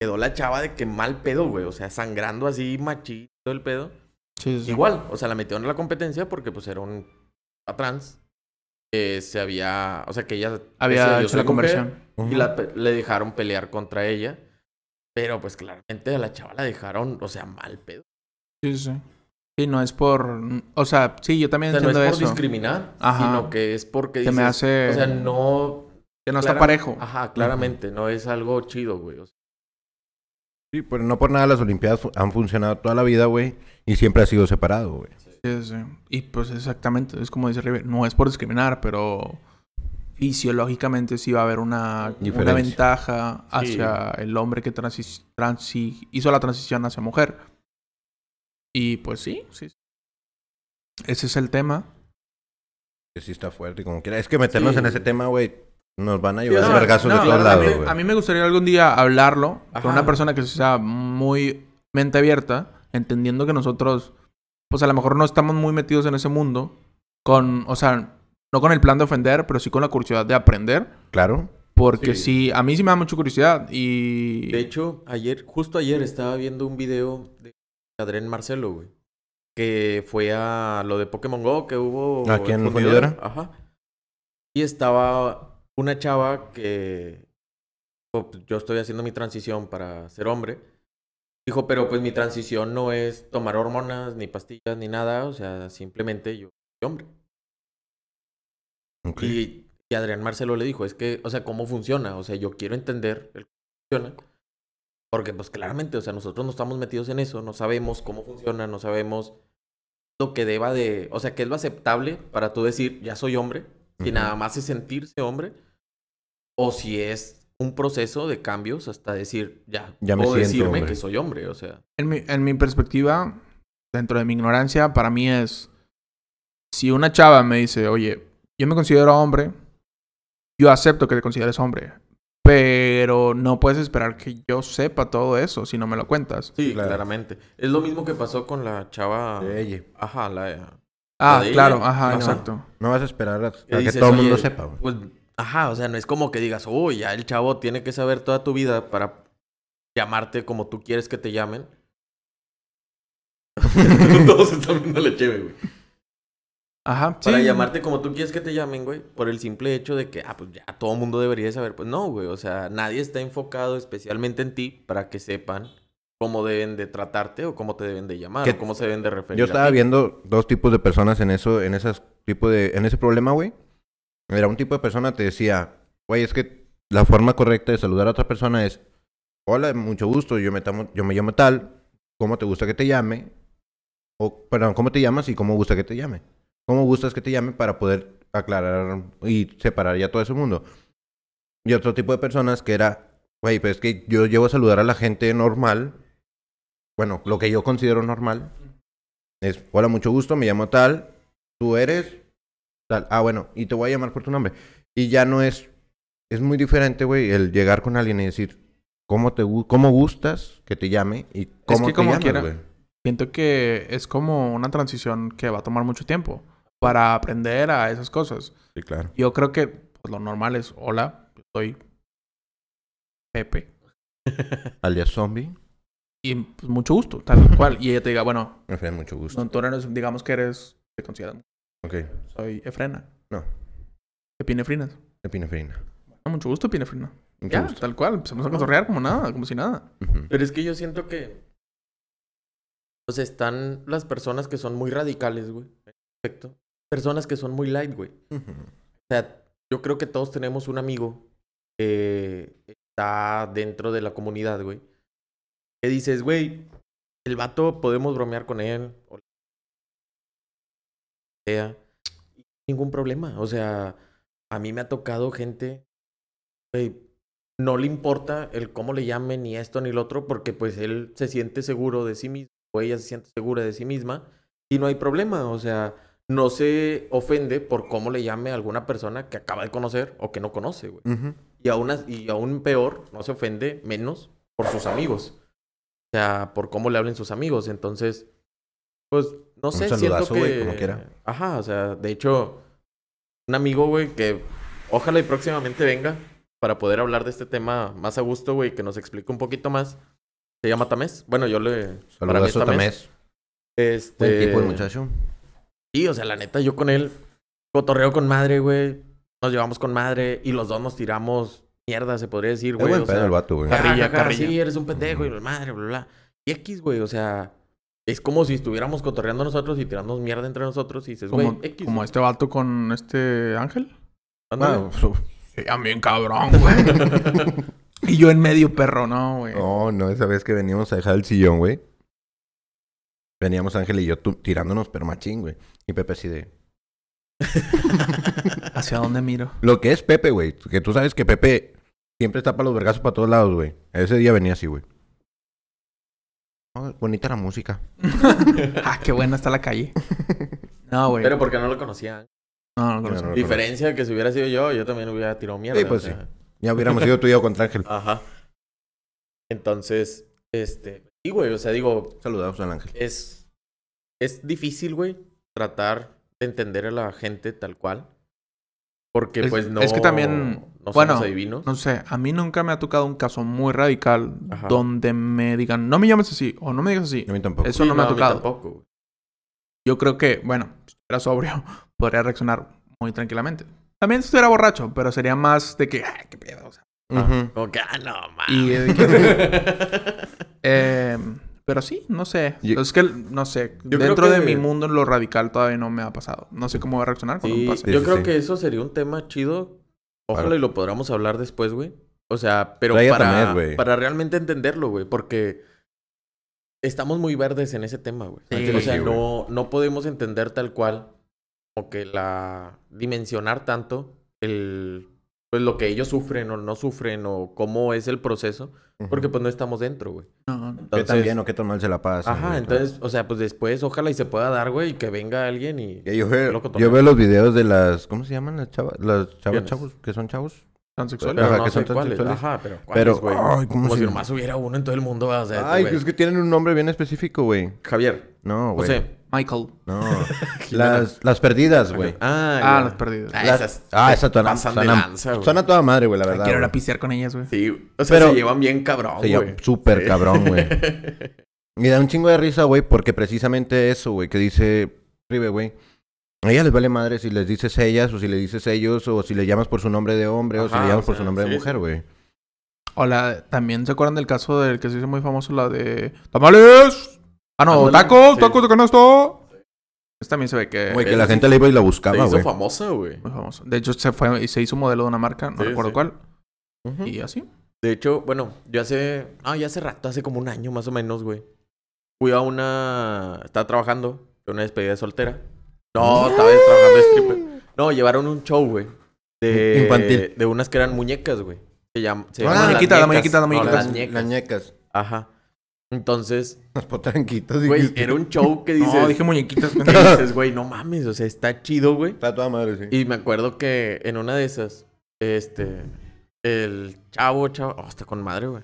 Speaker 3: quedó la chava de que mal pedo, güey, o sea, sangrando así machito el pedo. Pues
Speaker 1: Sí, sí, sí.
Speaker 3: Igual, o sea, la metieron en la competencia porque pues era un a trans. que se había, o sea, que ella decía,
Speaker 1: Había
Speaker 3: "Yo
Speaker 1: hecho
Speaker 3: soy
Speaker 1: la
Speaker 3: mujer",
Speaker 1: conversión.
Speaker 3: y la pe- le dejaron pelear contra ella. Pero pues claramente a la chava la dejaron, o sea, mal pedo.
Speaker 1: Sí, sí. Sí, no es por. O sea, sí, yo
Speaker 3: O
Speaker 1: también
Speaker 3: sea, no es
Speaker 1: entiendo
Speaker 3: por
Speaker 1: eso.
Speaker 3: discriminar,
Speaker 1: Ajá.
Speaker 3: sino que es porque
Speaker 1: Que me
Speaker 3: dices,
Speaker 1: hace.
Speaker 3: o sea, no...
Speaker 1: que no está
Speaker 3: clara-
Speaker 1: parejo.
Speaker 3: Ajá, claramente, no es algo chido, güey. o sea,
Speaker 2: pues, Sí, pero no por nada las Olimpiadas fu- han funcionado toda la vida, güey. Y siempre ha sido separado, güey.
Speaker 1: Sí, sí. Y pues exactamente, es como dice River, no es por discriminar, pero fisiológicamente sí va a haber una, una
Speaker 2: Diferencia.
Speaker 1: ventaja
Speaker 3: Sí.
Speaker 1: hacia el hombre que transi- transi- hizo la transición hacia mujer. Y pues sí, sí. sí. Ese es el tema.
Speaker 2: Que sí está fuerte, como quiera. Es que meternos
Speaker 3: Sí.
Speaker 2: en ese tema, güey, nos van a llevar
Speaker 3: no,
Speaker 2: a vergazos
Speaker 1: no,
Speaker 2: de todos
Speaker 1: a mí-
Speaker 2: lados, güey.
Speaker 1: A mí me gustaría algún día hablarlo
Speaker 3: Ajá.
Speaker 1: con una persona que sea muy mente abierta, entendiendo que nosotros, pues a lo mejor no estamos muy metidos en ese mundo, con, o sea, no con el plan de ofender, pero sí con la curiosidad de aprender,
Speaker 2: Claro.
Speaker 1: porque sí,
Speaker 3: Sí.
Speaker 1: a mí sí me da mucha curiosidad y...
Speaker 3: De hecho, ayer, justo ayer estaba viendo un video de Adrián Marcelo, güey. Que fue a lo de Pokémon Go que hubo.
Speaker 2: Aquí en Fundidora.
Speaker 3: Ajá. Y estaba una chava que. pues, Yo estoy haciendo mi transición para ser hombre. Dijo, pero pues mi transición no es tomar hormonas, ni pastillas, ni nada. O sea, simplemente yo soy hombre.
Speaker 2: Ok.
Speaker 3: Y, y Adrián Marcelo le dijo, es que, o sea, ¿cómo funciona? O sea, yo quiero entender el cómo funciona. Porque, pues, claramente, o sea, nosotros no estamos metidos en eso, no sabemos cómo funciona, no sabemos lo que deba de... O sea, que es lo aceptable para tú decir, ya soy hombre, si
Speaker 2: Ujú.
Speaker 3: nada más es sentirse hombre, o si es un proceso de cambios hasta decir, ya,
Speaker 2: Ya me
Speaker 3: puedo
Speaker 2: siento
Speaker 3: decirme
Speaker 2: hombre.
Speaker 3: que soy hombre, o sea...
Speaker 1: En mi, en mi perspectiva, dentro de mi ignorancia, para mí es... Si una chava me dice, oye, yo me considero hombre, yo acepto que te consideres hombre, pero no puedes esperar que yo sepa todo eso si no me lo cuentas.
Speaker 3: Sí,
Speaker 2: Claro.
Speaker 3: claramente. Es lo mismo que pasó con la chava...
Speaker 2: De ella.
Speaker 3: Ajá, la...
Speaker 1: Ah,
Speaker 3: de ella.
Speaker 1: claro, ajá,
Speaker 3: Ajá.
Speaker 1: exacto.
Speaker 2: No vas a esperar a, a
Speaker 3: Y
Speaker 2: que
Speaker 3: dices,
Speaker 2: todo el mundo
Speaker 3: "Oye,
Speaker 2: sepa, güey.
Speaker 3: Pues, ajá, o sea, no es como que digas, uy, ya el chavo tiene que saber toda tu vida para llamarte como tú quieres que te
Speaker 2: [laughs]
Speaker 3: llamen. Todos están viendo la cheve, güey.
Speaker 1: Ajá,
Speaker 3: Para
Speaker 1: sí.
Speaker 3: llamarte como tú quieres que te llamen, güey, por el simple hecho de que, ah, pues ya todo mundo debería de saber. Pues no, güey, o sea, nadie está enfocado especialmente en ti para que sepan cómo deben de tratarte o cómo te deben de llamar
Speaker 2: Que-
Speaker 3: o cómo se deben de referir.
Speaker 2: Yo
Speaker 3: a
Speaker 2: estaba
Speaker 3: ti.
Speaker 2: viendo dos tipos de personas en eso, en esas tipo de, en ese problema, güey. Era un tipo de persona te decía, güey, es que la forma correcta de saludar a otra persona es, hola, mucho gusto, yo me, tamo- yo me llamo tal, ¿cómo te gusta que te llame? O, perdón, ¿cómo te llamas y cómo gusta que te llame? ¿Cómo gustas que te llame para poder aclarar y separar ya todo ese mundo? Y otro tipo de personas que era, güey, pues es que yo llevo a saludar a la gente normal, bueno, lo que yo considero normal, es, hola, mucho gusto, me llamo tal, tú eres tal. Ah, bueno, y te voy a llamar por tu nombre. Y ya no es, es muy diferente, güey, el llegar con alguien y decir, ¿cómo te gu- cómo gustas que te llame y cómo
Speaker 1: que
Speaker 2: te
Speaker 1: como
Speaker 2: llamas,
Speaker 1: quiera.
Speaker 2: güey?"
Speaker 1: Siento que es como una transición que va a tomar mucho tiempo para aprender a esas cosas.
Speaker 2: Sí, claro.
Speaker 1: Yo creo que pues, lo normal es, hola, yo soy Pepe.
Speaker 2: Alias zombie,
Speaker 1: Y pues, mucho gusto, tal cual. Y ella te diga, bueno, pues,
Speaker 2: me fue mucho gusto.
Speaker 1: no, tú no eres- digamos que eres, te consideras,
Speaker 2: Ok,
Speaker 1: soy Efrena.
Speaker 2: No.
Speaker 1: Epinefrinas.
Speaker 2: epinefrina.
Speaker 1: Ah, mucho gusto, Epinefrina.
Speaker 2: Mucho
Speaker 1: Ya,
Speaker 2: gusto.
Speaker 1: tal cual. Empezamos a cotorrear como nada, como si nada.
Speaker 2: Ujú.
Speaker 3: Pero es que yo siento que. O sea, están las personas que son muy radicales, güey. Perfecto. Personas que son muy light, güey. O
Speaker 2: Ujú.
Speaker 3: sea, yo creo que todos tenemos un amigo que eh, está dentro de la comunidad, güey. Que dices, güey, el vato podemos bromear con él. O lo que sea. y Ningún problema. O sea, a mí me ha tocado gente, güey, no le importa el cómo le llamen ni esto ni lo otro, porque pues él se siente seguro de sí mismo, o ella se siente segura de sí misma, y no hay problema, o sea, no se ofende por cómo le llame a alguna persona que acaba de conocer o que no conoce, güey.
Speaker 2: Ujú.
Speaker 3: Y aún, as- y aún peor, no se ofende menos por sus amigos. O sea, por cómo le hablen sus amigos. Entonces, pues, no sé, siento
Speaker 2: saludazo,
Speaker 3: que...
Speaker 2: güey, como quiera.
Speaker 3: Ajá, o sea, de hecho, un amigo, güey, que ojalá y próximamente venga para poder hablar de este tema más a gusto, güey, que nos explique un poquito más. Se llama Tamés. Bueno, yo le... para mí es
Speaker 2: Saludazo Tamés.
Speaker 3: Este...
Speaker 2: Buen
Speaker 1: Eh,
Speaker 2: tipo el muchacho.
Speaker 3: Sí, o sea, la neta, yo con él cotorreo con madre, güey. Nos llevamos con madre y los dos nos tiramos mierda, se podría decir,
Speaker 2: Es
Speaker 3: güey.
Speaker 2: buen
Speaker 3: o
Speaker 2: pedo
Speaker 3: sea,
Speaker 2: el vato, güey.
Speaker 1: Carrilla,
Speaker 3: carrilla,
Speaker 1: carrilla.
Speaker 3: Sí, eres un pendejo y la madre, bla, bla. Y X, güey, o sea, es como si estuviéramos cotorreando nosotros y tirándonos mierda entre nosotros y dices, güey,
Speaker 1: Como,
Speaker 3: X.
Speaker 1: como
Speaker 3: güey,
Speaker 1: este vato con este ángel.
Speaker 3: ándale".
Speaker 2: Ah, su-
Speaker 1: Sí, también [laughs] cabrón, güey. y yo en medio perro, no, güey.
Speaker 2: No, no, esa vez que veníamos a dejar el sillón, güey. Veníamos Ángel y yo tu- tirándonos, pero machín, güey. Y Pepe así de...
Speaker 1: ¿Hacia dónde miro?
Speaker 2: Lo que es Pepe, güey. Que tú sabes que Pepe siempre está para los vergazos para todos lados, güey. Ese día venía así, güey. Oh, bonita la música.
Speaker 1: Ah, qué buena está la calle. No, güey.
Speaker 3: Pero porque no lo conocía.
Speaker 1: No, no, conozco.
Speaker 2: Pero-
Speaker 3: Diferencia de que si hubiera sido yo, yo también hubiera tirado mierda.
Speaker 2: Sí, pues, Ya [laughs] hubiéramos ido tú y yo contra Ángel.
Speaker 3: Ajá. Entonces, este. Y, güey, o sea, digo,
Speaker 2: Saludamos al Ángel.
Speaker 3: es. Es difícil, güey, tratar de entender a la gente tal cual. Porque,
Speaker 1: Es-
Speaker 3: pues, no.
Speaker 1: es que también-
Speaker 3: No
Speaker 1: bueno,
Speaker 3: somos adivinos.
Speaker 1: No sé, a mí nunca me ha tocado un caso muy radical
Speaker 3: Ajá.
Speaker 1: donde me digan, no me llames así o no me digas así.
Speaker 2: A mí tampoco.
Speaker 1: Eso no me ha
Speaker 3: a mí
Speaker 1: tocado.
Speaker 3: Tampoco, güey.
Speaker 1: Yo creo que, bueno, si era sobrio, [laughs] podría reaccionar muy tranquilamente. También si estuviera borracho, pero sería más de que, "Ah, qué pedo. o sea.
Speaker 2: Ujú.
Speaker 3: Como que, ah, no,
Speaker 1: Y de
Speaker 3: mames. [laughs]
Speaker 1: que- Eh, pero sí, no sé.
Speaker 2: Yo-
Speaker 1: es que, no sé,
Speaker 3: Yo
Speaker 1: dentro
Speaker 3: creo
Speaker 1: de
Speaker 3: que-
Speaker 1: mi mundo lo radical todavía no me ha pasado. No sé cómo va a reaccionar cuando
Speaker 3: Sí,
Speaker 1: me pase.
Speaker 2: Sí,
Speaker 3: yo
Speaker 2: sí,
Speaker 3: creo
Speaker 2: sí.
Speaker 3: que eso sería un tema chido. Ojalá
Speaker 2: Para-
Speaker 3: y lo podamos hablar después, güey. O sea, pero
Speaker 2: Trae a
Speaker 3: para,
Speaker 2: Tamer, güey.
Speaker 3: para realmente entenderlo, güey. Porque estamos muy verdes en ese tema, güey.
Speaker 1: Sí.
Speaker 3: O sea,
Speaker 2: Sí, güey.
Speaker 3: no, no podemos entender tal cual o que la... dimensionar tanto el... Pues lo que ellos sufren o no sufren o cómo es el proceso. Porque pues no estamos dentro, güey.
Speaker 1: No, no.
Speaker 2: Que
Speaker 3: Entonces-
Speaker 2: también, o que tomarse la paz.
Speaker 3: Ajá, entonces, o sea, pues después ojalá y se pueda dar, güey, y que venga alguien y...
Speaker 2: yo, veo,
Speaker 3: Loco,
Speaker 2: yo veo los videos de las... ¿Cómo se llaman las chavas? Las chavas
Speaker 3: ¿Quiénes?
Speaker 2: chavos, que son chavos.
Speaker 1: Transexual.
Speaker 3: Pero
Speaker 2: Ajá,
Speaker 3: no
Speaker 2: que
Speaker 3: sé
Speaker 2: son
Speaker 3: cuáles.
Speaker 2: transexuales.
Speaker 3: Ajá, pero
Speaker 2: Pero,
Speaker 3: cuáles, güey.
Speaker 2: ay, ¿cómo
Speaker 3: Como
Speaker 2: se
Speaker 3: si
Speaker 2: llama?
Speaker 3: nomás hubiera uno en todo el mundo, o sea, este
Speaker 2: Ay, pues
Speaker 3: güey.
Speaker 2: es que tienen un nombre bien específico, güey.
Speaker 3: Javier,
Speaker 2: No, güey.
Speaker 3: José.
Speaker 1: Michael.
Speaker 2: No.
Speaker 3: [laughs]
Speaker 2: las, las perdidas, güey.
Speaker 3: Ah,
Speaker 1: Ah,
Speaker 3: ya.
Speaker 1: los perdidos.
Speaker 3: Ah,
Speaker 2: Las-
Speaker 3: esas
Speaker 2: Ah,
Speaker 3: se
Speaker 2: esa suena,
Speaker 3: pasan de
Speaker 2: suena-
Speaker 3: lanza, güey.
Speaker 2: suena a toda madre, güey, la verdad.
Speaker 1: Quiero ir a
Speaker 2: güey.
Speaker 1: pisear con ellas, güey.
Speaker 3: Sí, o sea,
Speaker 2: Pero-
Speaker 3: se llevan bien cabrón,
Speaker 2: Se llama
Speaker 3: güey.
Speaker 2: súper cabrón,
Speaker 3: [laughs]
Speaker 2: güey. Y da un chingo de risa, güey, porque precisamente eso, güey, que dice Ribe, güey. A ella les vale madre si les dices ellas o si le dices ellos o si le llamas por su nombre de hombre o si
Speaker 3: Ajá,
Speaker 2: le llamas
Speaker 3: o
Speaker 2: por
Speaker 3: sea,
Speaker 2: su nombre
Speaker 3: sí,
Speaker 2: de mujer, güey.
Speaker 1: Hola, ¿también se acuerdan del caso del que se hizo muy famoso, la de tamales? Ah, no,
Speaker 3: Ándale,
Speaker 1: tacos,
Speaker 3: sí.
Speaker 1: tacos de canasto. Esta también se ve que
Speaker 2: Güey, que
Speaker 3: él
Speaker 2: la
Speaker 3: Eh, sí-
Speaker 2: gente la iba y la
Speaker 3: Se
Speaker 2: buscaba,
Speaker 3: hizo
Speaker 2: güey.
Speaker 3: famosa, güey.
Speaker 1: muy famoso. De hecho, se fue y se hizo modelo de una marca, no
Speaker 3: Sí,
Speaker 1: recuerdo
Speaker 3: sí.
Speaker 1: cuál.
Speaker 2: Ujú.
Speaker 1: Y así.
Speaker 3: De hecho, bueno, yo hace... Ah, ya hace rato, hace como un año más o menos, güey. Fui a una... Estaba trabajando. Fue Una despedida de soltera. No, estaba trabajando de stripper. No, llevaron un show, güey. De...
Speaker 2: Infantil.
Speaker 3: De unas que eran muñequitas, güey. Se llama... Se
Speaker 2: Ah,
Speaker 3: llaman las
Speaker 1: muñequita, la
Speaker 3: ñecas.
Speaker 1: muñequita, la
Speaker 3: No,
Speaker 1: muñequita.
Speaker 3: las
Speaker 2: Las
Speaker 3: ñecas.
Speaker 2: las ñecas. [laughs]
Speaker 3: Ajá. Entonces,
Speaker 2: Las potranquitas.
Speaker 3: güey,
Speaker 2: dijiste.
Speaker 3: era un show
Speaker 2: [laughs]
Speaker 3: que dices,
Speaker 1: No, dije muñequitas.
Speaker 3: [laughs] que dices, güey, no mames, o sea, está chido, güey.
Speaker 2: Está toda madre, sí.
Speaker 3: Y me acuerdo que en una de esas, este, el chavo, chavo, oh, está con madre, güey.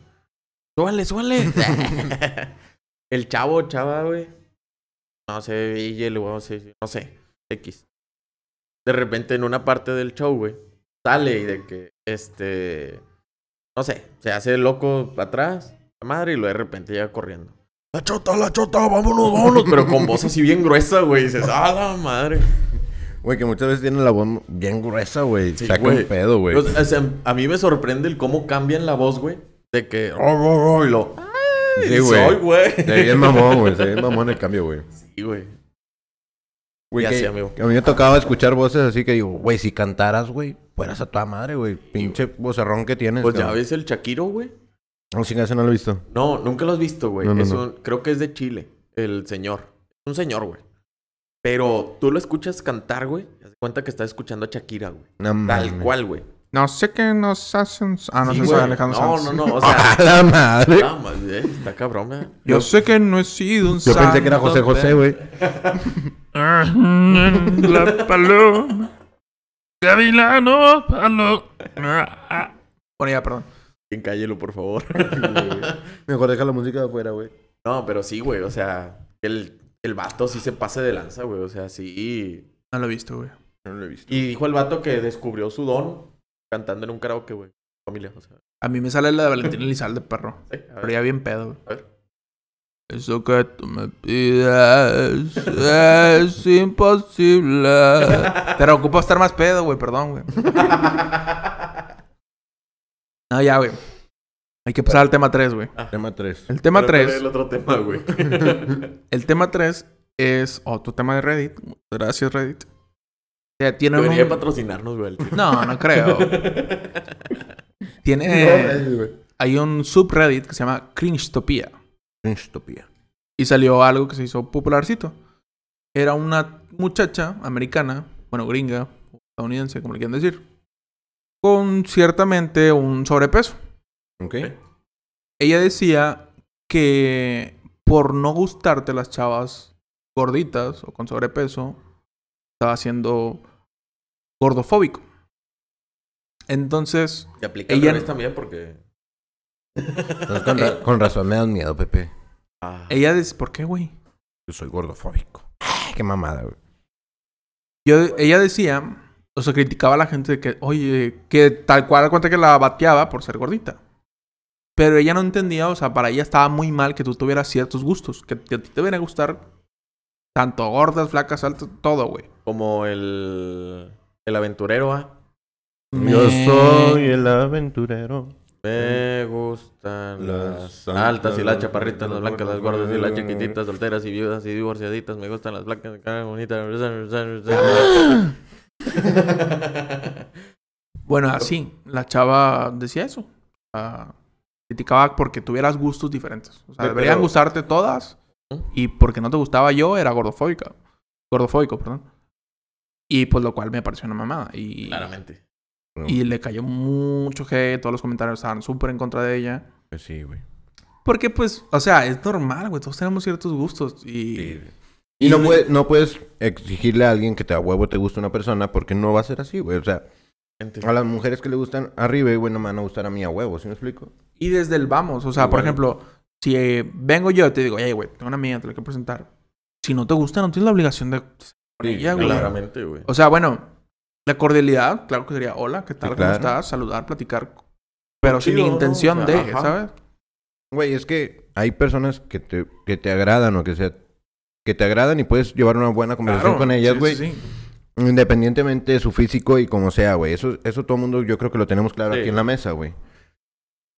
Speaker 3: Súbale, súbale. el chavo, chava, güey. No sé, Ville, luego no sé, no sé, X. De repente en una parte del show, güey, sale y de que, este, no sé, se hace loco atrás, la madre, y luego de repente llega corriendo. La chota, la chota, vámonos, vámonos. Pero con voz así bien gruesa, güey. y Dices, ah, la madre.
Speaker 2: Güey, que muchas veces tienen la voz bien gruesa, güey.
Speaker 3: Sí,
Speaker 2: Saca
Speaker 3: güey.
Speaker 2: un pedo, güey.
Speaker 3: O sea, o sea, a mí me sorprende el cómo cambian la voz, güey. De que... "Ro, ro, ro", y lo... "Ay,
Speaker 2: Sí,
Speaker 3: soy,
Speaker 2: güey.
Speaker 3: güey.
Speaker 2: [laughs] Se ve bien mamón, güey. Se ve bien mamón el cambio, güey.
Speaker 3: Sí, güey.
Speaker 2: Güey,
Speaker 3: Ya
Speaker 2: que,
Speaker 3: sé, amigo.
Speaker 2: que a mí me tocaba escuchar voces así que digo, güey, si cantaras, güey, fueras a toda madre, güey. Pinche vocerrón que tienes.
Speaker 3: Pues ya
Speaker 2: cabrón.
Speaker 3: ves el Shakiro, güey.
Speaker 2: No, chinga, ese no lo he visto.
Speaker 3: No, nunca lo has visto, güey.
Speaker 2: No, no,
Speaker 3: Es
Speaker 2: no.
Speaker 3: un- Creo que es de Chile, el señor. Es un señor, güey. Pero tú lo escuchas cantar, güey. Te das cuenta que estás escuchando a Shakira, güey.
Speaker 2: No
Speaker 3: Tal
Speaker 2: mames.
Speaker 3: cual, güey.
Speaker 1: No sé qué nos hacen. Ah, no
Speaker 3: Sí,
Speaker 1: sé si
Speaker 3: güey.
Speaker 1: Alejandro
Speaker 3: no,
Speaker 1: Sanz.
Speaker 3: no, no. O
Speaker 2: [laughs] [laughs] ¡A
Speaker 3: sea...
Speaker 2: la madre!
Speaker 3: no, más, eh, está cabrón, güey.
Speaker 1: Yo sé que no he sido un
Speaker 2: Yo pensé que era José José, güey.
Speaker 1: La paloma. Gavilano, paloma. Bueno, ya, perdón.
Speaker 3: Bien, cállelo, por favor. [laughs]
Speaker 2: [laughs] Mejor deja la música de afuera, güey.
Speaker 3: No, pero sí, güey, o sea, el, el vato sí se pasa de lanza, güey, o sea, sí.
Speaker 1: No lo he visto, güey.
Speaker 2: No lo he visto.
Speaker 3: Y dijo el vato que descubrió su don cantando en un karaoke, güey. Familia, o sea.
Speaker 1: A mí me sale la de Valentín Elizalde, perro.
Speaker 3: sí, a
Speaker 1: Pero
Speaker 3: ver.
Speaker 1: ya bien pedo, güey.
Speaker 3: A ver.
Speaker 1: Eso que tú me pides es
Speaker 3: [laughs]
Speaker 1: imposible. Pero ocupo estar más pedo, güey, perdón, güey. No, ya, güey. Hay que pasar al tema 3, güey.
Speaker 3: Ah.
Speaker 2: Tema 3.
Speaker 1: El [laughs] tema
Speaker 3: Pero
Speaker 1: 3.
Speaker 3: El otro tema,
Speaker 1: [laughs]
Speaker 3: güey.
Speaker 1: El tema 3 es otro tema de Reddit. Gracias, Reddit. O sea, tienen
Speaker 3: Debería
Speaker 1: un-
Speaker 3: patrocinarnos,
Speaker 1: [laughs]
Speaker 3: güey. el tío.
Speaker 1: No, no creo. [laughs] Tiene... Hay un subreddit que se llama Cringetopia. Y salió algo que se hizo popularcito. Era una muchacha americana, bueno, gringa, estadounidense, como le quieran decir, con ciertamente un sobrepeso.
Speaker 2: Ok.
Speaker 1: Ella decía que por no gustarte las chavas gorditas o con sobrepeso, estaba siendo gordofóbico. Entonces,
Speaker 3: Y aplica
Speaker 1: Ella-
Speaker 3: al revés también porque...
Speaker 2: Entonces, con, ra- con razón me dan miedo, Pepe.
Speaker 3: Ah,
Speaker 1: ella dice, ¿por qué, güey?
Speaker 2: Yo soy gordofóbico. Qué mamada, güey.
Speaker 1: Yo, ella decía, o sea, criticaba a la gente de que, oye, que tal cual da cuenta que la bateaba por ser gordita. Pero ella no entendía, o sea, para ella estaba muy mal que tú tuvieras ciertos gustos, que a ti te viene a gustar tanto gordas, flacas, altas, todo, güey.
Speaker 3: Como el... El aventurero, ¿ah?
Speaker 2: Yo
Speaker 1: Me-
Speaker 2: soy el aventurero.
Speaker 3: Me
Speaker 1: Mm.
Speaker 3: gustan
Speaker 2: Las
Speaker 3: las
Speaker 2: altas,
Speaker 3: altas y las
Speaker 2: las
Speaker 3: chaparritas, las blancas, las gordas y las chiquititas, solteras y viudas y divorciaditas. Me gustan las blancas, las
Speaker 1: [laughs]
Speaker 3: caras [laughs] bonitas.
Speaker 1: Bueno, así, la chava decía eso. O sea, criticaba porque tuvieras gustos diferentes. O sea,
Speaker 3: Pero-
Speaker 1: deberían gustarte todas.
Speaker 3: ¿Mm?
Speaker 1: Y porque no te gustaba yo, era gordofóbica. Gordofóbico, perdón. Y pues lo cual me pareció una mamada. Y,
Speaker 3: Claramente.
Speaker 1: y le cayó mucho hate. Todos los comentarios estaban súper en contra de ella.
Speaker 2: Pues sí, güey.
Speaker 1: Porque pues, o sea, es normal, güey. Todos tenemos ciertos gustos. Y...
Speaker 2: Y no, puede- no puedes exigirle a alguien que te a huevo te gusta una persona porque no va a ser así, güey. O sea,
Speaker 3: Gente.
Speaker 2: a las mujeres que le gustan arriba, güey, no me van a gustar a mí a huevo, ¿sí me explico?
Speaker 1: Y desde el vamos, o sea, por
Speaker 2: Igual.
Speaker 1: ejemplo, si eh, vengo yo y te digo, hey, güey, tengo una amiga, te la quiero presentar. Si no te gusta, no tienes la obligación de... con ella, güey.
Speaker 3: Claramente, güey.
Speaker 1: O sea, bueno, la cordialidad, claro que sería, hola, ¿qué tal?
Speaker 2: Sí,
Speaker 1: ¿Cómo
Speaker 2: claro.
Speaker 1: estás? Saludar, platicar. Pero sin
Speaker 3: chido, ¿no?
Speaker 1: intención
Speaker 3: O sea,
Speaker 1: de,
Speaker 3: ajá.
Speaker 1: ¿sabes?
Speaker 2: Güey, es que hay personas que te, que te agradan o que sea que te agradan y puedes llevar una buena conversación
Speaker 1: Claro,
Speaker 2: con
Speaker 1: sí,
Speaker 2: ellas,
Speaker 1: sí,
Speaker 2: güey.
Speaker 1: sí.
Speaker 2: Independientemente de su físico y como sea, güey. Eso, eso todo el mundo yo creo que lo tenemos claro
Speaker 3: Sí.
Speaker 2: aquí en la mesa, güey.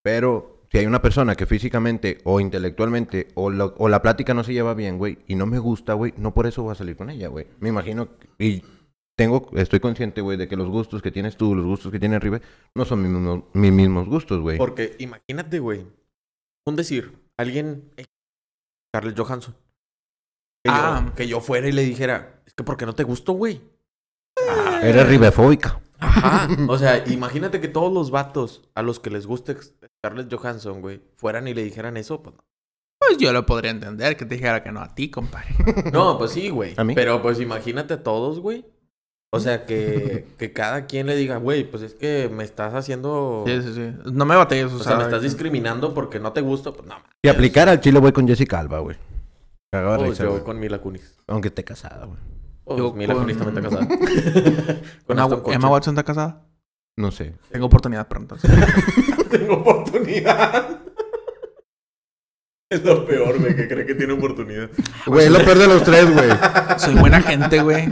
Speaker 2: Pero si hay una persona que físicamente o intelectualmente o, lo- o la plática no se lleva bien, güey, y no me gusta, güey, no por eso voy a salir con ella, güey. Me imagino que- y tengo, estoy consciente, güey, de que los gustos que tienes tú, los gustos que tiene River, no son mis mismos, mis mismos gustos, güey.
Speaker 3: Porque imagínate, güey. Un decir, alguien... eh, Scarlett Johansson. Que,
Speaker 1: Ah.
Speaker 3: yo, que yo fuera y le dijera, es que ¿por qué no te gustó, güey?
Speaker 2: Eres ribefóbica.
Speaker 3: Ajá. [laughs] O sea, imagínate que todos los vatos a los que les guste Scarlett Johansson, güey, fueran y le dijeran eso.
Speaker 1: [laughs]
Speaker 3: Pues no.
Speaker 1: Pues yo lo podría entender, que te dijera que no a ti, compadre.
Speaker 3: [laughs] no, pues sí, güey.
Speaker 2: ¿A mí?
Speaker 3: Pero pues imagínate a todos, güey. O sea,
Speaker 1: [laughs]
Speaker 3: que, que cada quien le diga, güey, pues es que me estás haciendo.
Speaker 1: Sí, sí, sí. No me batalles, o,
Speaker 3: o
Speaker 1: sea...
Speaker 3: sea, me estás discriminando porque no te gusta. Pues nada.
Speaker 2: Si aplicara al chile, voy con Jessica Alba, güey. Cagaba de
Speaker 3: Pues
Speaker 2: risa,
Speaker 3: yo
Speaker 2: güey.
Speaker 3: con Mila Kunis.
Speaker 2: Aunque esté casada, güey.
Speaker 3: Pues,
Speaker 1: Yo
Speaker 3: Mila
Speaker 1: con-
Speaker 3: Kunis también está
Speaker 1: [laughs]
Speaker 3: casada. con
Speaker 1: Emma-
Speaker 3: Aston Kutcher.
Speaker 1: Emma Watson está casada.
Speaker 2: No sé.
Speaker 1: Tengo oportunidad pronto.
Speaker 3: [laughs] Tengo oportunidad. [laughs] es lo peor, güey, que cree que tiene [laughs] oportunidad.
Speaker 2: Ah, Güey, es lo peor de los tres, güey.
Speaker 1: [laughs] Soy buena gente, güey.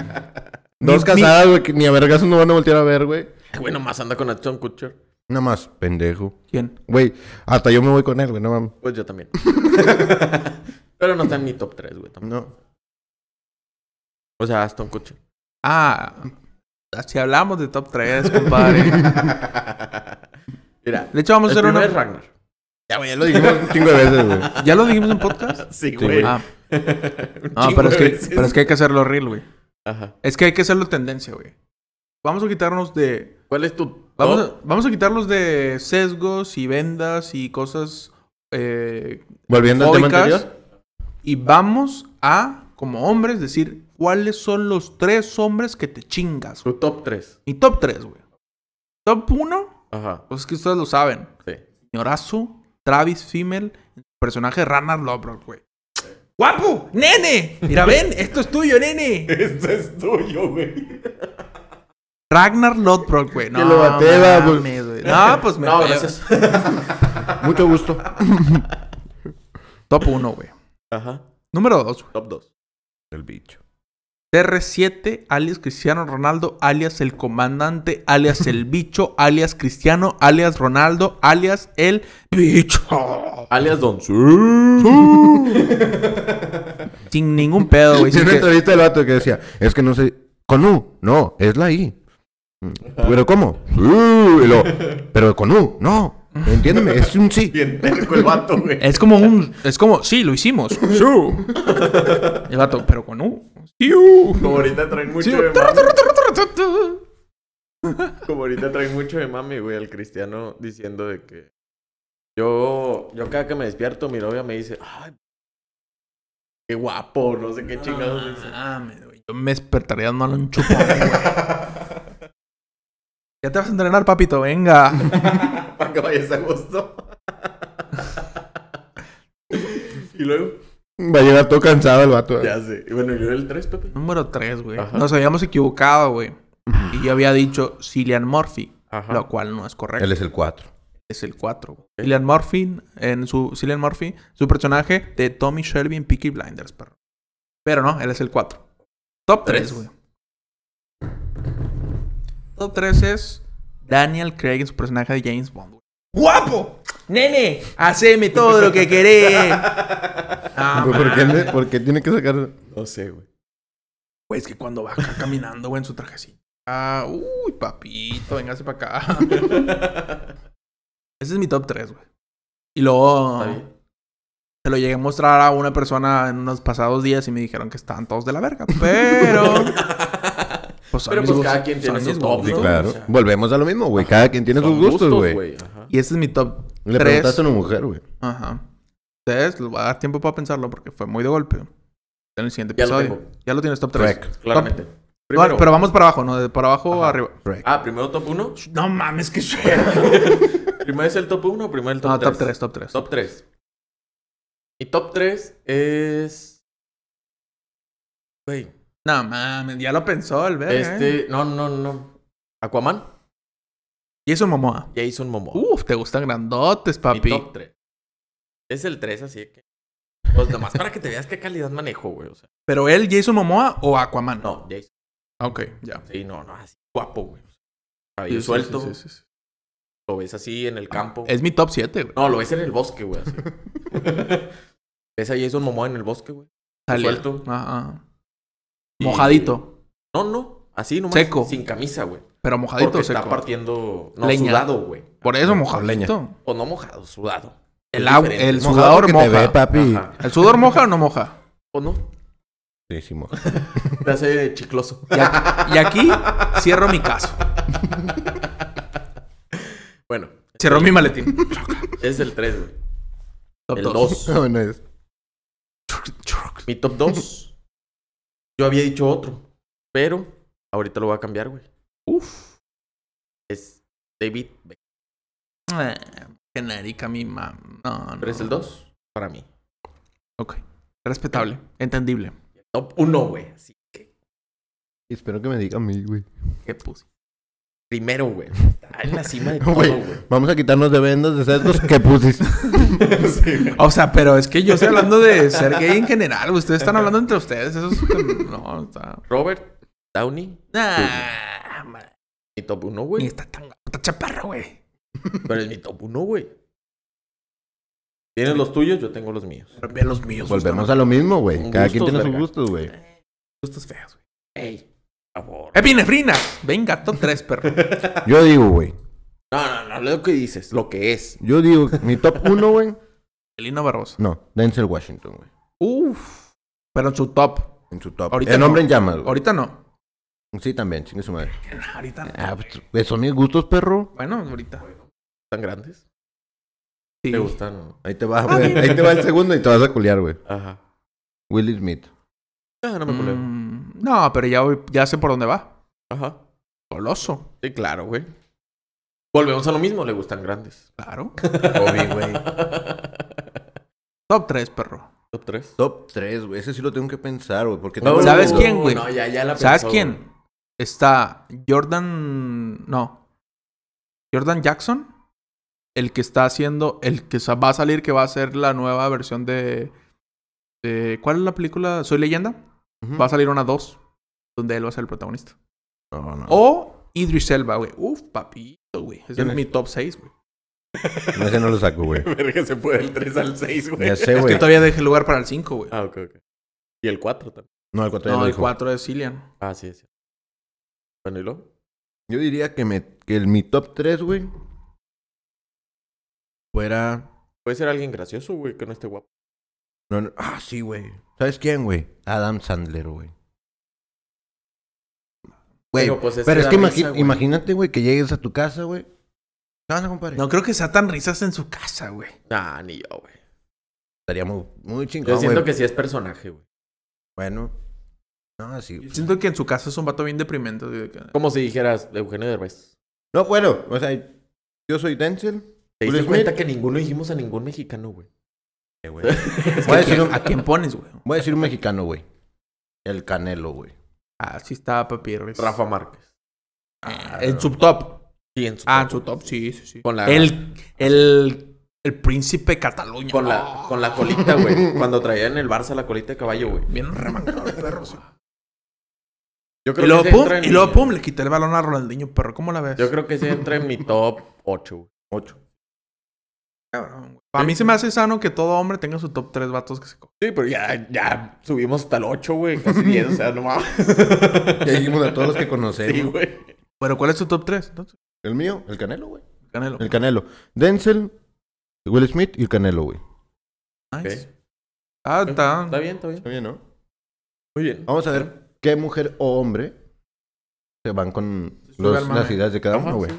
Speaker 2: Dos
Speaker 1: Mi- mi-
Speaker 2: casadas, güey, que ni a vergas no van a voltear a ver, güey.
Speaker 3: Güey, nomás anda con Aston Kutcher.
Speaker 2: Nada más, pendejo.
Speaker 1: ¿Quién?
Speaker 2: Güey, hasta yo me voy con él, güey, no mames.
Speaker 3: Pues yo [laughs] también. Pero no está en mi top 3, güey. tampoco.
Speaker 2: No.
Speaker 3: O sea, Aston Kutcher.
Speaker 1: Ah, si hablamos de top 3, compadre.
Speaker 3: [laughs] Mira,
Speaker 1: De hecho, vamos a
Speaker 3: el
Speaker 1: hacer
Speaker 3: primero
Speaker 1: una...
Speaker 3: es Ragnar.
Speaker 2: Ya, güey, ya lo [laughs] dijimos un chingo de veces, güey.
Speaker 1: ¿Ya lo dijimos en un podcast?
Speaker 3: [laughs] Sí,
Speaker 2: güey.
Speaker 1: Ah,
Speaker 3: Un
Speaker 1: no,
Speaker 3: chingo
Speaker 1: pero es,
Speaker 3: de
Speaker 1: que,
Speaker 3: [laughs] veces.
Speaker 1: pero es que hay que hacerlo real, güey.
Speaker 3: Ajá.
Speaker 1: Es que hay que hacerlo tendencia, güey. Vamos a quitarnos de.
Speaker 3: ¿Cuál es tu
Speaker 1: Vamos,
Speaker 3: top?
Speaker 1: a, vamos a quitarnos de sesgos y vendas y cosas eh,
Speaker 2: Volviendo al tema
Speaker 1: fóbicas.
Speaker 2: anterior.
Speaker 1: Y vamos a, como hombres, decir cuáles son los tres hombres que te chingas. güey.
Speaker 3: Tu top 3.
Speaker 1: Mi top tres, güey. Top uno,
Speaker 3: Ajá.
Speaker 1: pues es que ustedes lo saben.
Speaker 3: Sí.
Speaker 1: Señorazo, Travis Fimmel, personaje de Ragnar Lodbrok, güey. ¡Guapo! ¡Nene! Mira, ven, esto es tuyo, nene.
Speaker 3: [laughs] Este es tuyo, güey.
Speaker 1: Ragnar Lodbrok, güey. No,
Speaker 2: lo bateba, pues.
Speaker 1: mames, güey. No, pues me
Speaker 3: No,
Speaker 1: veo.
Speaker 3: gracias.
Speaker 2: Mucho [laughs] gusto.
Speaker 1: Top 1, güey.
Speaker 3: Ajá.
Speaker 1: Número 2.
Speaker 3: Top 2.
Speaker 2: El bicho.
Speaker 1: TR7, alias Cristiano Ronaldo, alias el comandante, alias el bicho, alias Cristiano, alias Ronaldo, alias el bicho.
Speaker 3: Alias Don
Speaker 1: Sin ningún pedo, güey.
Speaker 2: Hice
Speaker 1: Sin
Speaker 2: una
Speaker 1: que-
Speaker 2: entrevista del vato que decía, es que no sé. Con U, no, es la I. Mm, ¿Pero cómo? Sí, y lo, Pero con U, no. Entiéndeme, es un sí.
Speaker 3: Bien, terco el vato, [laughs] güey.
Speaker 1: Es como un. Es como, sí, lo hicimos. Sí. El vato, pero con U. Sí, U.
Speaker 3: Como ahorita traen mucho
Speaker 1: Sí, U.
Speaker 3: de mame. Como ahorita traen mucho de mame, güey, al cristiano diciendo de que. Yo, yo cada que me despierto, mi novia me dice, ay, qué guapo, no sé qué Ah, chingados.
Speaker 1: No
Speaker 3: dice.
Speaker 1: mames, güey. Yo me despertaría dándole un chupón, güey. [laughs] Ya te vas a entrenar, papito, [laughs] venga.
Speaker 3: [laughs] Para que vayas a gusto. [laughs] y luego,
Speaker 2: Va a llegar todo cansado el vato.
Speaker 3: ya sé. Y bueno, yo era el 3, Pepe.
Speaker 1: Número 3, güey.
Speaker 3: Ajá.
Speaker 1: Nos habíamos equivocado, güey. Y yo había dicho Cillian Murphy,
Speaker 3: Ajá.
Speaker 1: lo cual no es correcto.
Speaker 2: Él es el 4.
Speaker 1: Es el 4. güey. Cillian Murphy, en su, Cillian Murphy, su personaje de Tommy Shelby en Peaky Blinders, perro. Pero no, él es el 4. Top 3,
Speaker 3: Tres.
Speaker 1: güey. Top 3 es Daniel Craig en su personaje de James Bond. güey. ¡Guapo! ¡Nene! ¡Haceme todo lo que querés! Ah,
Speaker 2: ¿Por qué, le- por qué tiene que sacar?
Speaker 3: No sé, [laughs] güey.
Speaker 1: Güey, es que cuando va acá caminando, güey, en su trajecito. Ah, uy, papito, véngase para acá. Ese es mi top 3, güey. Y luego
Speaker 3: Está bien.
Speaker 1: se lo llegué a mostrar a una persona en unos pasados días y me dijeron que estaban todos de la verga.
Speaker 3: [laughs]
Speaker 1: Pero. pues son
Speaker 3: Pero
Speaker 1: mis
Speaker 3: pues cada
Speaker 1: gustos, son
Speaker 3: quien tiene su
Speaker 1: mis
Speaker 3: top,
Speaker 1: gustos.
Speaker 3: ¿no?
Speaker 2: Claro.
Speaker 3: o sea.
Speaker 2: Volvemos a lo mismo, güey. Cada quien tiene
Speaker 3: Son
Speaker 2: sus gustos, güey.
Speaker 3: Ajá.
Speaker 1: Y ese es mi top.
Speaker 2: Le
Speaker 1: Tres.
Speaker 2: preguntaste a una mujer, güey.
Speaker 1: Ajá. Ustedes les va a dar tiempo para pensarlo porque fue muy de golpe. En el siguiente
Speaker 3: Ya lo
Speaker 1: episodio.
Speaker 3: tengo.
Speaker 1: ya lo tienes top 3.
Speaker 2: Correcto.
Speaker 3: Claramente.
Speaker 1: Bueno, pero vamos para abajo, ¿no? De para abajo
Speaker 3: Ajá.
Speaker 1: a arriba.
Speaker 3: Ah, primero top 1.
Speaker 1: No mames, que suena.
Speaker 3: Primero es el top 1, primero el
Speaker 1: [laughs]
Speaker 3: top
Speaker 1: No,
Speaker 3: 3.
Speaker 1: Ah, top 3, top 3.
Speaker 3: Top 3. Mi top 3 es. Güey.
Speaker 1: No mames, ya lo pensó el verga. ¿eh?
Speaker 3: Este. No, no, no. Aquaman.
Speaker 1: Y eso Momoa.
Speaker 3: Jason Momoa.
Speaker 1: Uf, te gustan grandotes, Uh, papi.
Speaker 3: Mi top 3. Es el 3, así que. Pues nomás para que te veas qué calidad manejo, güey. O sea,
Speaker 1: Pero él, Jason Momoa o Aquaman.
Speaker 3: no, Jason.
Speaker 1: Ah, Ok, ya.
Speaker 3: Sí, no, no, así. Guapo, güey. Cabello
Speaker 1: Sí, sí,
Speaker 3: suelto.
Speaker 1: sí, sí, sí.
Speaker 3: Lo ves así en el campo.
Speaker 1: Es mi top 7, güey.
Speaker 3: No, lo ves en el bosque, güey.
Speaker 1: [laughs]
Speaker 3: así. ves a Jason Momoa en el bosque, güey.
Speaker 1: Salió.
Speaker 3: suelto.
Speaker 1: Ajá.
Speaker 3: Y-
Speaker 1: Mojadito.
Speaker 3: No, no. Así nomás.
Speaker 1: Seco.
Speaker 3: Sin camisa, güey.
Speaker 1: Pero mojadito
Speaker 3: Porque
Speaker 1: seco.
Speaker 3: está partiendo. No,
Speaker 1: Leña.
Speaker 3: sudado, güey.
Speaker 1: Por eso
Speaker 2: Con
Speaker 1: mojadito.
Speaker 2: leña.
Speaker 3: O no mojado, sudado.
Speaker 1: El,
Speaker 3: Es
Speaker 1: agua-
Speaker 3: diferente.
Speaker 1: el
Speaker 2: Mojado
Speaker 1: sudador
Speaker 2: que
Speaker 1: moja.
Speaker 2: Te ve, papi.
Speaker 3: Ajá.
Speaker 1: ¿El sudor moja o no moja?
Speaker 3: O no.
Speaker 2: Sí, sí, moja.
Speaker 3: Te hace chicloso.
Speaker 1: Y aquí, y aquí cierro mi caso.
Speaker 3: Bueno,
Speaker 1: Cierro mi maletín.
Speaker 3: es el 3, güey.
Speaker 1: Top
Speaker 3: El
Speaker 1: 2.
Speaker 3: 2.
Speaker 2: [laughs] No, no es.
Speaker 3: Mi top 2. Yo había dicho otro. Pero ahorita lo voy a cambiar, güey.
Speaker 1: Uf.
Speaker 3: Es David Beckham.
Speaker 1: Eh, genérica mi mamá. No, no.
Speaker 3: Pero es el 2 para mí.
Speaker 1: Ok. Respetable. Entendible.
Speaker 3: Top 1, güey. Así que
Speaker 2: Espero que me diga a mí, güey.
Speaker 1: Qué puse.
Speaker 3: primero, güey. Está en la
Speaker 1: [laughs]
Speaker 3: cima de todo,
Speaker 2: Güey.
Speaker 3: güey.
Speaker 2: Vamos a quitarnos de vendas de sesgos que [laughs] pusiste.
Speaker 3: [laughs]
Speaker 1: O sea, pero es que yo estoy hablando de ser gay en general. güey. Ustedes están hablando entre ustedes. Eso es... No, está...
Speaker 3: Robert Downey.
Speaker 1: Nah, ma-
Speaker 3: Mi top 1,
Speaker 1: ni
Speaker 3: güey.
Speaker 1: está tan está chaparro, güey.
Speaker 3: Pero es mi top 1, güey. Tienes los tuyos, yo tengo los míos.
Speaker 1: Pero ve los míos.
Speaker 2: Pues Volvemos a lo mismo, güey.
Speaker 3: Con
Speaker 2: Cada quien
Speaker 3: gustos,
Speaker 2: tiene sus
Speaker 3: verga.
Speaker 2: gustos, güey.
Speaker 1: Estos feos, güey.
Speaker 3: Ey, por favor.
Speaker 1: Epinefrina. Venga, top 3,
Speaker 3: [laughs]
Speaker 1: perro.
Speaker 2: Yo digo, güey.
Speaker 3: No, no, no, lo que dices, lo que es.
Speaker 2: Yo digo, mi top 1, güey.
Speaker 1: Elina Barroso.
Speaker 2: No, Denzel Washington, güey.
Speaker 1: Uf. Pero en su top.
Speaker 2: En su top.
Speaker 1: Ahorita
Speaker 2: el
Speaker 1: no.
Speaker 2: hombre en llamas, güey.
Speaker 1: Ahorita no.
Speaker 2: Sí, también, chingue su madre.
Speaker 1: Ahorita no.
Speaker 2: Ah, pues, güey, son mis gustos, perro.
Speaker 1: Bueno, ahorita.
Speaker 3: ¿Están grandes?
Speaker 1: Sí.
Speaker 3: ¿Te gustan?
Speaker 2: Ahí te va, güey. Ahí te va el segundo y te vas a culiar, güey.
Speaker 3: Ajá.
Speaker 2: Will Smith.
Speaker 3: Ah, no me culé.
Speaker 1: Mm, no, pero ya, voy- ya sé por dónde va.
Speaker 3: Ajá.
Speaker 1: Goloso.
Speaker 3: Sí, claro, güey. Volvemos a lo mismo, le
Speaker 1: [laughs]
Speaker 3: gustan grandes. [laughs]
Speaker 1: Claro.
Speaker 2: Obvio, güey.
Speaker 1: Top 3, perro.
Speaker 3: Top 3.
Speaker 2: Top 3, güey. Ese sí lo tengo que pensar, güey. Porque
Speaker 1: No,
Speaker 2: tengo-
Speaker 1: ¿Sabes quién, güey?
Speaker 3: No, ya, ya la
Speaker 1: ¿Sabes
Speaker 3: pensó,
Speaker 1: quién?
Speaker 3: güey.
Speaker 1: Está Jordan. No. Jordan Jackson. El que está haciendo. El que sa- va a salir, que va a ser la nueva versión de. de- ¿Cuál es la película? Soy leyenda.
Speaker 2: Ujú.
Speaker 1: Va a salir una 2. Donde él va a ser el protagonista.
Speaker 2: No, no.
Speaker 1: O Idris Elba, güey. Uf, papito, güey. Ese
Speaker 2: ¿Quién
Speaker 1: es
Speaker 2: es?
Speaker 1: mi top 6, güey.
Speaker 2: No, ese no lo saco,
Speaker 3: [laughs]
Speaker 2: güey.
Speaker 3: Verga, se fue del 3 al 6, güey.
Speaker 2: Ya sé,
Speaker 1: Es que
Speaker 2: güey.
Speaker 1: todavía dejé lugar para el 5, güey.
Speaker 3: Ah, ok, ok. Y el 4 también.
Speaker 2: No, el 4 ya
Speaker 1: no,
Speaker 2: lo
Speaker 1: el
Speaker 2: dijo.
Speaker 1: 4 es Cillian.
Speaker 3: Ah, sí, sí. Bueno, ¿y luego?
Speaker 2: Yo diría que, me, que el, mi top 3, güey. fuera...
Speaker 3: Puede ser alguien gracioso, güey, que no esté guapo.
Speaker 2: no, no, Ah, sí, güey. ¿Sabes quién, güey? Adam Sandler, güey. Güey, pero,
Speaker 3: Pero, pues, es que
Speaker 2: es
Speaker 3: da
Speaker 2: que
Speaker 3: risa,
Speaker 2: imagi-
Speaker 3: güey.
Speaker 2: imagínate, güey, que llegues a tu casa, güey. ¿Qué onda, compadre?
Speaker 1: No creo que sea tan risas en su casa, güey.
Speaker 3: Nah, Ah, ni yo, güey.
Speaker 2: Estaría muy, muy
Speaker 3: Yo
Speaker 2: chingón,
Speaker 3: siento
Speaker 2: güey.
Speaker 3: que sí es personaje, güey.
Speaker 2: Bueno. No, sí.
Speaker 1: Yo siento que en su casa es un vato bien deprimente. güey, de que-
Speaker 3: Como si dijeras Eugenio Derbez.
Speaker 2: No, bueno, o sea, yo soy
Speaker 3: [laughs]
Speaker 2: Denzel.
Speaker 3: ¿Te
Speaker 2: Will
Speaker 3: diste
Speaker 2: Smith.
Speaker 3: cuenta que ninguno dijimos a ningún mexicano, güey?
Speaker 2: Voy a decir un,
Speaker 1: ¿A quién pones, güey?
Speaker 2: voy a decir un mexicano, güey. El Canelo, güey.
Speaker 1: Ah, sí está Papi Reyes.
Speaker 3: Rafa Márquez.
Speaker 1: En su top.
Speaker 3: Sí, en su
Speaker 1: Ah, en
Speaker 3: top,
Speaker 1: su
Speaker 3: güey.
Speaker 1: top, sí, sí, sí.
Speaker 3: Con la- [laughs]
Speaker 1: El, el, el príncipe de Cataluña. Ah,
Speaker 3: Con la, con la colita, güey. Cuando traía en el Barça la colita de caballo, güey.
Speaker 1: Bien remangado de
Speaker 3: [laughs]
Speaker 1: perros.
Speaker 3: Yo
Speaker 1: Y
Speaker 3: creo
Speaker 1: luego,
Speaker 3: que
Speaker 1: pum,
Speaker 3: se entra en
Speaker 1: y luego,
Speaker 3: mi-
Speaker 1: pum, le quité el balón a Ronaldinho, perro. ¿Cómo la ves?
Speaker 3: Yo creo que se entra en mi top 8, güey.
Speaker 2: Ocho.
Speaker 1: Cabrón, güey. A mí se me hace sano que todo hombre tenga su top 3 vatos que se cogen.
Speaker 3: Sí, pero ya, ya subimos hasta el 8, güey. Casi 10, o sea, no mames.
Speaker 2: Ya dijimos a todos los que
Speaker 3: [laughs]
Speaker 2: conocemos.
Speaker 3: Sí, güey.
Speaker 1: Pero, ¿cuál es tu top 3?
Speaker 2: El mío, el Canelo, güey.
Speaker 1: Canelo.
Speaker 2: El Canelo. Denzel, Will Smith y el Canelo, güey.
Speaker 1: Nice.
Speaker 3: Ok.
Speaker 1: Ah, está.
Speaker 3: Está bien, está bien.
Speaker 2: Está bien, ¿no?
Speaker 3: Muy bien.
Speaker 2: Vamos a ver qué mujer o hombre se van con
Speaker 1: Se sube
Speaker 2: los-
Speaker 1: al mame.
Speaker 2: las ideas de cada
Speaker 3: Ajá,
Speaker 2: uno, güey.
Speaker 3: sí.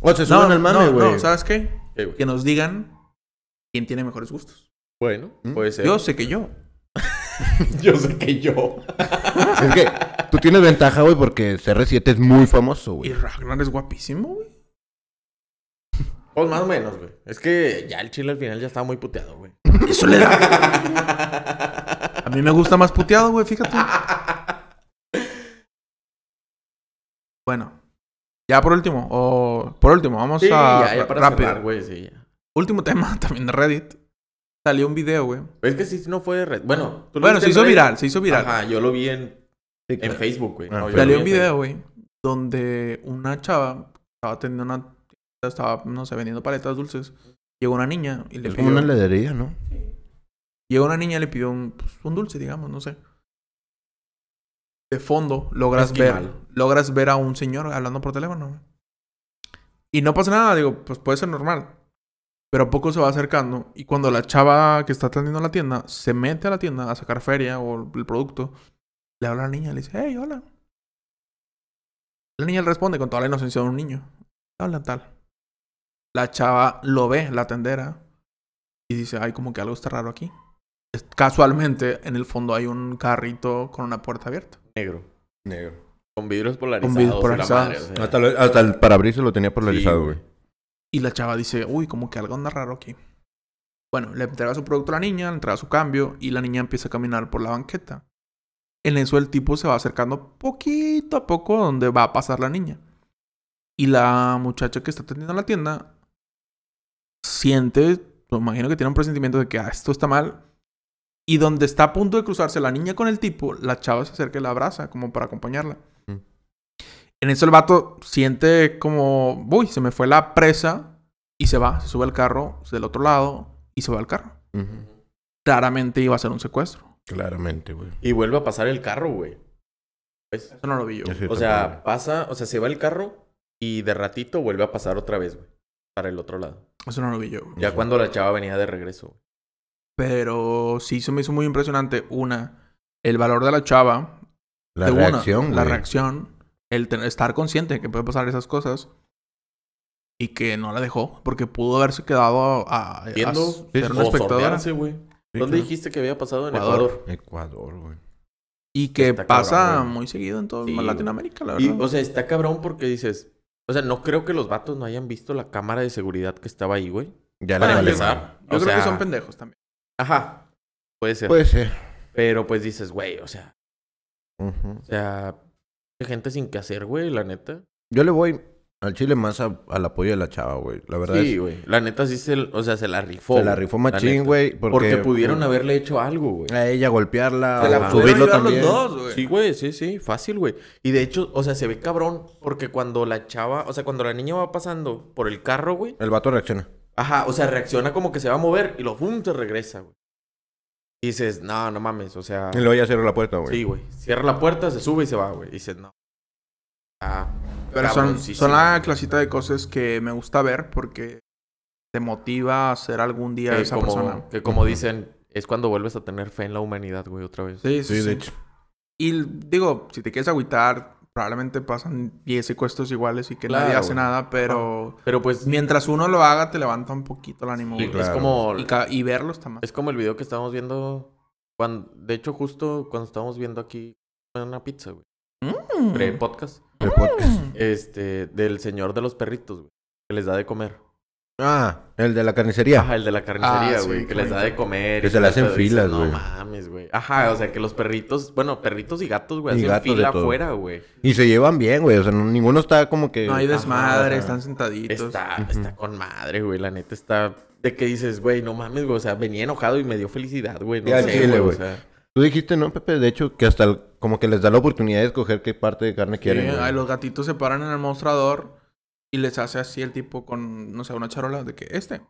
Speaker 2: O se suben al mame,
Speaker 1: no,
Speaker 2: güey.
Speaker 1: no, ¿sabes qué?
Speaker 3: Sí, güey.
Speaker 1: Que nos digan quién tiene mejores gustos.
Speaker 3: Bueno,
Speaker 2: ¿Mm?
Speaker 3: puede ser.
Speaker 1: Yo sé que yo. [laughs]
Speaker 3: Yo sé que yo.
Speaker 2: es que tú tienes ventaja, güey, porque CR7 es muy
Speaker 1: Y
Speaker 2: famoso, güey.
Speaker 1: Ragnar es guapísimo, güey.
Speaker 3: Pues más o menos, güey. Es que ya el chile al final ya estaba muy puteado, güey.
Speaker 1: Eso le da. A mí me gusta más puteado, güey,
Speaker 3: [laughs]
Speaker 1: fíjate. Bueno, ya por último, [laughs] o por último, vamos
Speaker 3: Sí,
Speaker 1: a
Speaker 3: ya, ya para
Speaker 1: rápido.
Speaker 3: cerrar, güey, sí. ya.
Speaker 1: último [laughs] tema también de Reddit. Salió un video, güey.
Speaker 3: Es que sí, no fue de red. Bueno, tú lo
Speaker 1: Bueno, se
Speaker 3: viste en
Speaker 1: hizo
Speaker 3: red.
Speaker 1: viral, se hizo viral.
Speaker 3: Ajá, yo lo vi en,
Speaker 2: Sí,
Speaker 3: en Facebook, güey.
Speaker 2: Ah,
Speaker 3: No, yo
Speaker 1: Salió
Speaker 3: lo
Speaker 1: un
Speaker 3: vi en
Speaker 1: video,
Speaker 3: Facebook.
Speaker 1: güey, donde una chava estaba teniendo una estaba no sé, vendiendo paletas dulces. Llegó una niña y le
Speaker 2: Es
Speaker 1: pidió
Speaker 2: como una heladería, ¿no?
Speaker 1: Llegó una niña y le pidió un, pues, un dulce, digamos, no sé. De fondo, logras
Speaker 3: Esquimal.
Speaker 1: ver logras ver a un señor hablando por teléfono. güey. Y no pasa nada, digo, pues puede ser normal. Pero poco se va acercando y cuando la chava que está atendiendo la tienda se mete a la tienda a sacar feria o el producto, le habla a la niña y le dice, hey, hola. La niña le responde con toda la inocencia de un niño. Hola, tal. La chava lo ve, la tendera, y dice, ay, como que algo está raro aquí. Es- Casualmente, en el fondo hay un carrito con una puerta abierta.
Speaker 3: Negro.
Speaker 2: Negro.
Speaker 3: Con vidrios polarizados.
Speaker 1: vidrios
Speaker 3: la
Speaker 1: polarizados.
Speaker 3: madre, o sea.
Speaker 2: Hasta, lo- hasta el parabrisas lo tenía polarizado,
Speaker 3: Sí,
Speaker 2: güey.
Speaker 1: Y la chava dice, uy, como que algo anda raro aquí. Bueno, le entrega su producto a la niña, le entrega su cambio y la niña empieza a caminar por la banqueta. En eso el tipo se va acercando poquito a poco a donde va a pasar la niña. Y la muchacha que está atendiendo la tienda siente, me imagino que tiene un presentimiento de que "Ah, esto está mal. Y donde está a punto de cruzarse la niña con el tipo, la chava se acerca y la abraza como para acompañarla.
Speaker 2: Mm.
Speaker 1: En eso el vato siente como, uy, se me fue la presa y se va, se sube al carro del otro lado y se va al carro.
Speaker 2: Ujú.
Speaker 1: Claramente iba a ser un secuestro.
Speaker 2: Claramente, güey.
Speaker 3: Y vuelve a pasar el carro, güey. Pues,
Speaker 1: Eso no lo vi yo.
Speaker 2: Es cierto,
Speaker 3: o sea, pasa, o sea, se va el carro y de ratito vuelve a pasar otra vez, güey. Para el otro lado.
Speaker 1: Eso no lo vi yo. güey.
Speaker 3: Ya
Speaker 2: Ujú.
Speaker 3: cuando la chava venía de regreso. güey.
Speaker 1: Pero sí se me hizo muy impresionante. Una, el valor de la chava.
Speaker 2: la
Speaker 1: de una,
Speaker 2: reacción,
Speaker 1: La
Speaker 2: güey.
Speaker 1: reacción. El tener- estar consciente de que puede pasar esas cosas. Y que no la dejó. Porque pudo haberse quedado a, a- a
Speaker 3: Viendo
Speaker 1: ser una
Speaker 3: o
Speaker 1: Ah, espectadora.
Speaker 3: sordearse, güey.
Speaker 2: Sí,
Speaker 3: ¿Dónde
Speaker 2: claro.
Speaker 3: dijiste que había pasado? En
Speaker 1: Ecuador.
Speaker 3: Ecuador.
Speaker 2: Ecuador, güey.
Speaker 1: Y que
Speaker 3: Está cabrón,
Speaker 1: pasa
Speaker 3: güey.
Speaker 1: muy seguido en toda
Speaker 3: Sí, güey.
Speaker 1: Latinoamérica, la
Speaker 3: Y,
Speaker 1: verdad.
Speaker 3: o sea, está cabrón porque dices... O sea, no creo que los vatos no hayan visto la cámara de seguridad que estaba ahí, güey.
Speaker 2: Ya
Speaker 1: Para
Speaker 2: le vale,
Speaker 1: empezar,
Speaker 2: madre.
Speaker 1: Yo
Speaker 3: O
Speaker 1: creo que
Speaker 3: sea,
Speaker 1: son pendejos también.
Speaker 3: Ajá. Puede ser.
Speaker 2: Puede ser.
Speaker 3: Pero pues dices, güey, o sea,
Speaker 2: Ujú.
Speaker 3: o sea, hay gente sin que hacer, güey, la neta.
Speaker 2: Yo le voy al chile más a- al apoyo de la chava, güey. La verdad
Speaker 3: Sí,
Speaker 2: es
Speaker 3: güey. La neta sí se, o sea, se la rifó.
Speaker 2: se la
Speaker 3: güey,
Speaker 2: rifó
Speaker 3: neta.
Speaker 2: machín, güey. Porque, Ah,
Speaker 3: Porque, pudieron haberle hecho algo, güey.
Speaker 2: A ella golpearla,
Speaker 1: Se
Speaker 2: o
Speaker 1: la pudieron
Speaker 3: Ajá.
Speaker 2: Ah. subirlo
Speaker 1: llevar
Speaker 2: también.
Speaker 1: los dos, güey.
Speaker 3: Sí, güey, sí, sí, fácil, güey. Y de hecho, o sea, se ve cabrón porque cuando la chava, o sea, cuando la niña va pasando por el carro, güey,
Speaker 2: El vato reacciona.
Speaker 3: ajá, o sea, reacciona como que se va a mover y lo pum, se regresa, güey. Y dices, no, no mames, o sea,
Speaker 2: Y luego ya cerró la puerta, güey.
Speaker 3: sí, güey. Cierra la puerta, se sube y se va, güey. Y dices, no. Ah,
Speaker 1: Pero son,
Speaker 3: cabroncísimo,
Speaker 1: son la
Speaker 3: güey.
Speaker 1: clasita de cosas que me gusta ver porque te motiva a ser algún día
Speaker 3: Que
Speaker 1: esa
Speaker 3: Eh, como,
Speaker 1: persona.
Speaker 3: que como dicen, es cuando vuelves a tener fe en la humanidad, güey, otra vez.
Speaker 1: Sí, sí,
Speaker 2: Sí, de
Speaker 1: sí.
Speaker 2: hecho.
Speaker 1: Y digo, si te quieres agüitar, probablemente pasan 10 secuestros iguales y que nadie
Speaker 3: Claro,
Speaker 1: hace
Speaker 3: güey.
Speaker 1: nada, pero
Speaker 3: Pero pues,
Speaker 1: mientras uno lo haga, te levanta un poquito el ánimo.
Speaker 2: Sí,
Speaker 1: güey.
Speaker 2: claro.
Speaker 3: es como...
Speaker 1: y, ca- y verlo está más.
Speaker 3: Es como el video que estábamos viendo. Cuando, de hecho, justo cuando estábamos viendo aquí una pizza, güey.
Speaker 1: Mm.
Speaker 3: Pre-podcast.
Speaker 2: El podcast.
Speaker 3: Este, del señor de los perritos, güey. Que les da de comer.
Speaker 2: Ah, el de la carnicería.
Speaker 3: Ajá, el de la carnicería,
Speaker 1: Ah, sí,
Speaker 3: güey.
Speaker 1: qué
Speaker 3: que les da
Speaker 1: bonito.
Speaker 3: de comer.
Speaker 2: Que
Speaker 3: y
Speaker 2: se le
Speaker 3: todo
Speaker 2: hacen
Speaker 3: eso, dices,
Speaker 2: filas, güey.
Speaker 3: No mames, güey. Ajá, o sea, que los perritos... Bueno, perritos y gatos, güey.
Speaker 2: Y
Speaker 3: Hacen
Speaker 2: gatos de
Speaker 3: fila
Speaker 2: todo.
Speaker 3: afuera, güey.
Speaker 2: Y se llevan bien, güey. O sea, no- ninguno está como que.
Speaker 1: No hay desmadre,
Speaker 2: Ajá.
Speaker 1: están sentaditos.
Speaker 3: Está,
Speaker 2: Ujú.
Speaker 3: está con madre, güey. La neta está... De que dices, güey, no mames, güey. O sea, venía enojado y me dio felicidad, güey. No
Speaker 2: Ya,
Speaker 3: sé,
Speaker 2: chile,
Speaker 3: güey. O
Speaker 2: güey.
Speaker 3: sea,
Speaker 2: Tú dijiste, ¿no, Pepe? De hecho, que hasta el- como que les da la oportunidad de escoger qué parte de carne
Speaker 1: Sí,
Speaker 2: quieren. güey.
Speaker 1: ay, los gatitos se paran en el mostrador y les hace así el tipo con, no sé, una charola de que este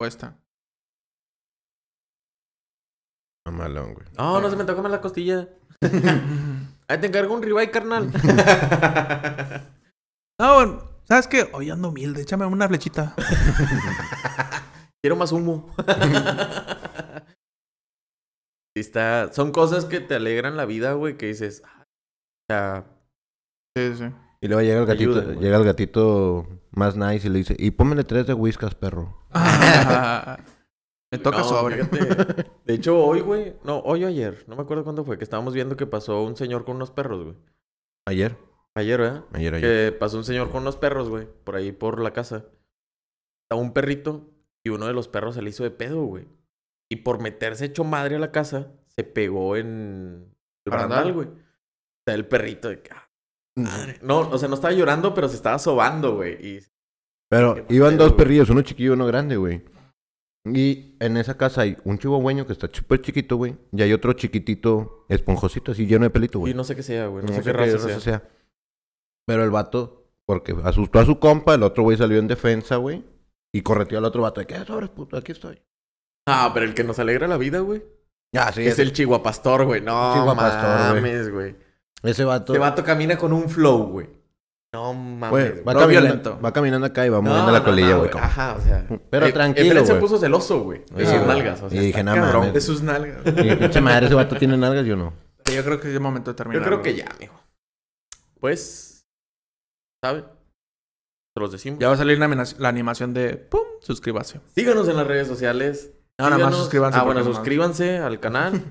Speaker 1: o
Speaker 3: [laughs]
Speaker 1: esta.
Speaker 2: Mamalón, Ah, güey.
Speaker 3: no, no se me toca más la costilla. Ahí te encargo un ribeye,
Speaker 2: [laughs]
Speaker 3: carnal.
Speaker 1: No, bueno, ¿sabes qué? Hoy ando humilde, échame una flechita.
Speaker 3: Quiero más
Speaker 2: [laughs]
Speaker 3: humo. Sí está... Son cosas que te alegran la vida, güey, que dices... "Ah, O sea,
Speaker 1: Sí,
Speaker 3: [laughs]
Speaker 1: sí.
Speaker 2: Y luego llega el gatito,
Speaker 3: Ayuden, güey.
Speaker 2: llega el gatito más nice y le dice, y pónmele tres de whiskas, perro.
Speaker 1: Ah, me toca
Speaker 3: no,
Speaker 1: sobre.
Speaker 3: fíjate. De hecho, hoy, güey... No, hoy o ayer. No me acuerdo cuándo fue. Que estábamos viendo que pasó un señor con unos perros, güey.
Speaker 2: Ayer,
Speaker 3: Ayer, ¿verdad?
Speaker 2: ayer, ayer.
Speaker 3: Que pasó un señor con unos perros, güey. Por ahí, por la casa. Estaba un perrito y uno de los perros se le hizo de pedo, güey. Y por meterse hecho madre a la casa, se pegó en el
Speaker 1: Barandal.
Speaker 3: barandal, güey. O sea, el perrito de que, "Ah, madre". No, o sea, no estaba llorando, pero se estaba sobando, güey. Y
Speaker 2: Pero
Speaker 3: qué
Speaker 2: iban
Speaker 3: pedo,
Speaker 2: dos
Speaker 3: güey.
Speaker 2: perrillos, uno chiquillo y uno grande, güey. Y en esa casa hay un chihuahueño que está súper chiquito, güey. Y hay otro chiquitito, esponjosito, así lleno de pelito, güey.
Speaker 3: Y no sé qué sea, güey. No,
Speaker 2: No
Speaker 3: sé qué
Speaker 2: qué
Speaker 3: raza
Speaker 2: raza
Speaker 3: sea.
Speaker 2: sea. Pero el vato, porque asustó a su compa, el otro güey salió en defensa, güey. Y correteó al otro vato de que "Ah, sobres, puto, aquí estoy.
Speaker 3: Ah, pero el que nos alegra la vida, güey.
Speaker 2: Ah, sí,
Speaker 3: Es el chihuapastor, güey. No
Speaker 2: Chihuapastor, güey.
Speaker 3: mames, güey.
Speaker 2: ese vato.
Speaker 3: Este vato camina con un flow, güey. No mames,
Speaker 2: güey,
Speaker 3: güey.
Speaker 2: va,
Speaker 1: no
Speaker 2: caminando,
Speaker 1: violento.
Speaker 2: va caminando acá y va moviendo la colilla, güey. como-
Speaker 3: Ajá, o sea.
Speaker 2: Pero tranquilo,
Speaker 3: Efren se
Speaker 2: güey.
Speaker 3: puso celoso, güey. De
Speaker 2: Ah,
Speaker 3: sus
Speaker 2: güey.
Speaker 3: nalgas, o sea.
Speaker 2: Y dije,
Speaker 3: está
Speaker 2: "No
Speaker 3: cabrón".
Speaker 2: mames.
Speaker 1: De sus nalgas.
Speaker 2: Y pinche madre, ese vato tiene nalgas, yo no.
Speaker 1: Sí, Yo creo que es el momento de
Speaker 3: Yo
Speaker 1: terminar.
Speaker 3: creo que
Speaker 1: güey.
Speaker 3: ya, mijo. Pues. ¿Saben? Se los decimos.
Speaker 1: Ya va a salir la, amina- la animación de ¡Pum! Suscríbase.
Speaker 3: Síganos en las redes sociales.
Speaker 1: No, nada más
Speaker 3: Síganos.
Speaker 1: suscríbanse,
Speaker 3: Ah,
Speaker 1: porque
Speaker 3: bueno,
Speaker 1: nomás-
Speaker 3: suscríbanse al
Speaker 2: [laughs]
Speaker 3: canal.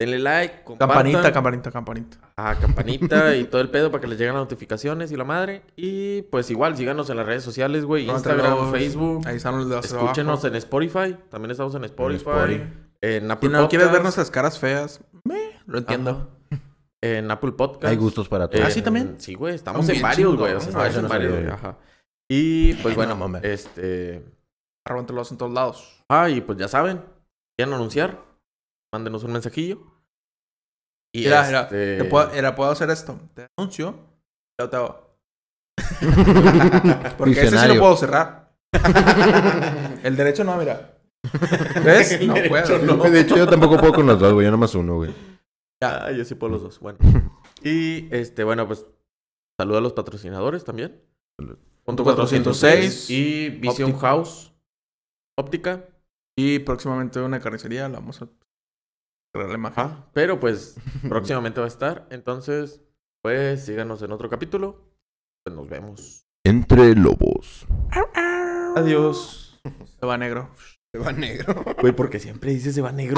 Speaker 3: Denle like, compartan.
Speaker 1: Campanita, campanita, campanita.
Speaker 3: Ah, campanita y todo el pedo para que les lleguen las notificaciones y la madre. Y pues igual, síganos en las redes sociales, güey. Instagram,
Speaker 1: Nuestros-
Speaker 3: Facebook.
Speaker 1: Ahí están los dedos abajo.
Speaker 3: Escúchenos en Spotify. También estamos en Spotify. En,
Speaker 2: Spotify.
Speaker 1: Si
Speaker 3: Apple
Speaker 1: no quieres
Speaker 3: Podcasts,
Speaker 1: ver nuestras caras feas, me, lo entiendo.
Speaker 3: Ajá. En Apple Podcast.
Speaker 2: Hay gustos para
Speaker 1: [laughs]
Speaker 2: todos.
Speaker 1: Ah, sí, también.
Speaker 3: Sí, güey. Estamos
Speaker 1: Son
Speaker 3: en
Speaker 1: bien
Speaker 3: varios, güey. O sea,
Speaker 1: chingones.
Speaker 3: estamos
Speaker 2: Ah, eso
Speaker 3: en
Speaker 2: no
Speaker 3: varios,
Speaker 2: sabía
Speaker 3: güey.
Speaker 2: yo.
Speaker 3: Ajá. Y pues bueno,
Speaker 2: No mames.
Speaker 3: este.
Speaker 1: Arróntelos en todos lados.
Speaker 3: Ah, y pues ya saben. Quieren anunciar. Mándenos un mensajillo. Y
Speaker 1: Mira, mira,
Speaker 3: este-
Speaker 1: te puedo, mira, puedo hacer esto. Te anuncio. Lo te hago. Porque ese sí
Speaker 2: Diccionario.
Speaker 1: lo puedo cerrar. [laughs] el derecho no, mira. ¿Ves?
Speaker 3: El
Speaker 1: No
Speaker 3: derecho
Speaker 1: puedo.
Speaker 3: no.
Speaker 2: De hecho, yo tampoco puedo con los dos, güey. Yo nomás uno, güey.
Speaker 3: Ah, yo sí puedo los dos. [laughs] Bueno. Y este, bueno, pues. Saluda a los patrocinadores también.
Speaker 1: Punto
Speaker 3: Punto
Speaker 1: 406.
Speaker 3: Y Vision
Speaker 1: Óptica.
Speaker 3: House. Óptica.
Speaker 1: Y próximamente una carnicería, la vamos a crear la imagen.
Speaker 3: Ajá, pero [laughs] pues próximamente va a estar. Entonces, pues síganos en otro capítulo. Pues nos vemos.
Speaker 2: Entre lobos.
Speaker 3: Adiós.
Speaker 1: Se va negro.
Speaker 2: Se va negro.
Speaker 3: Güey, porque siempre dices se va negro.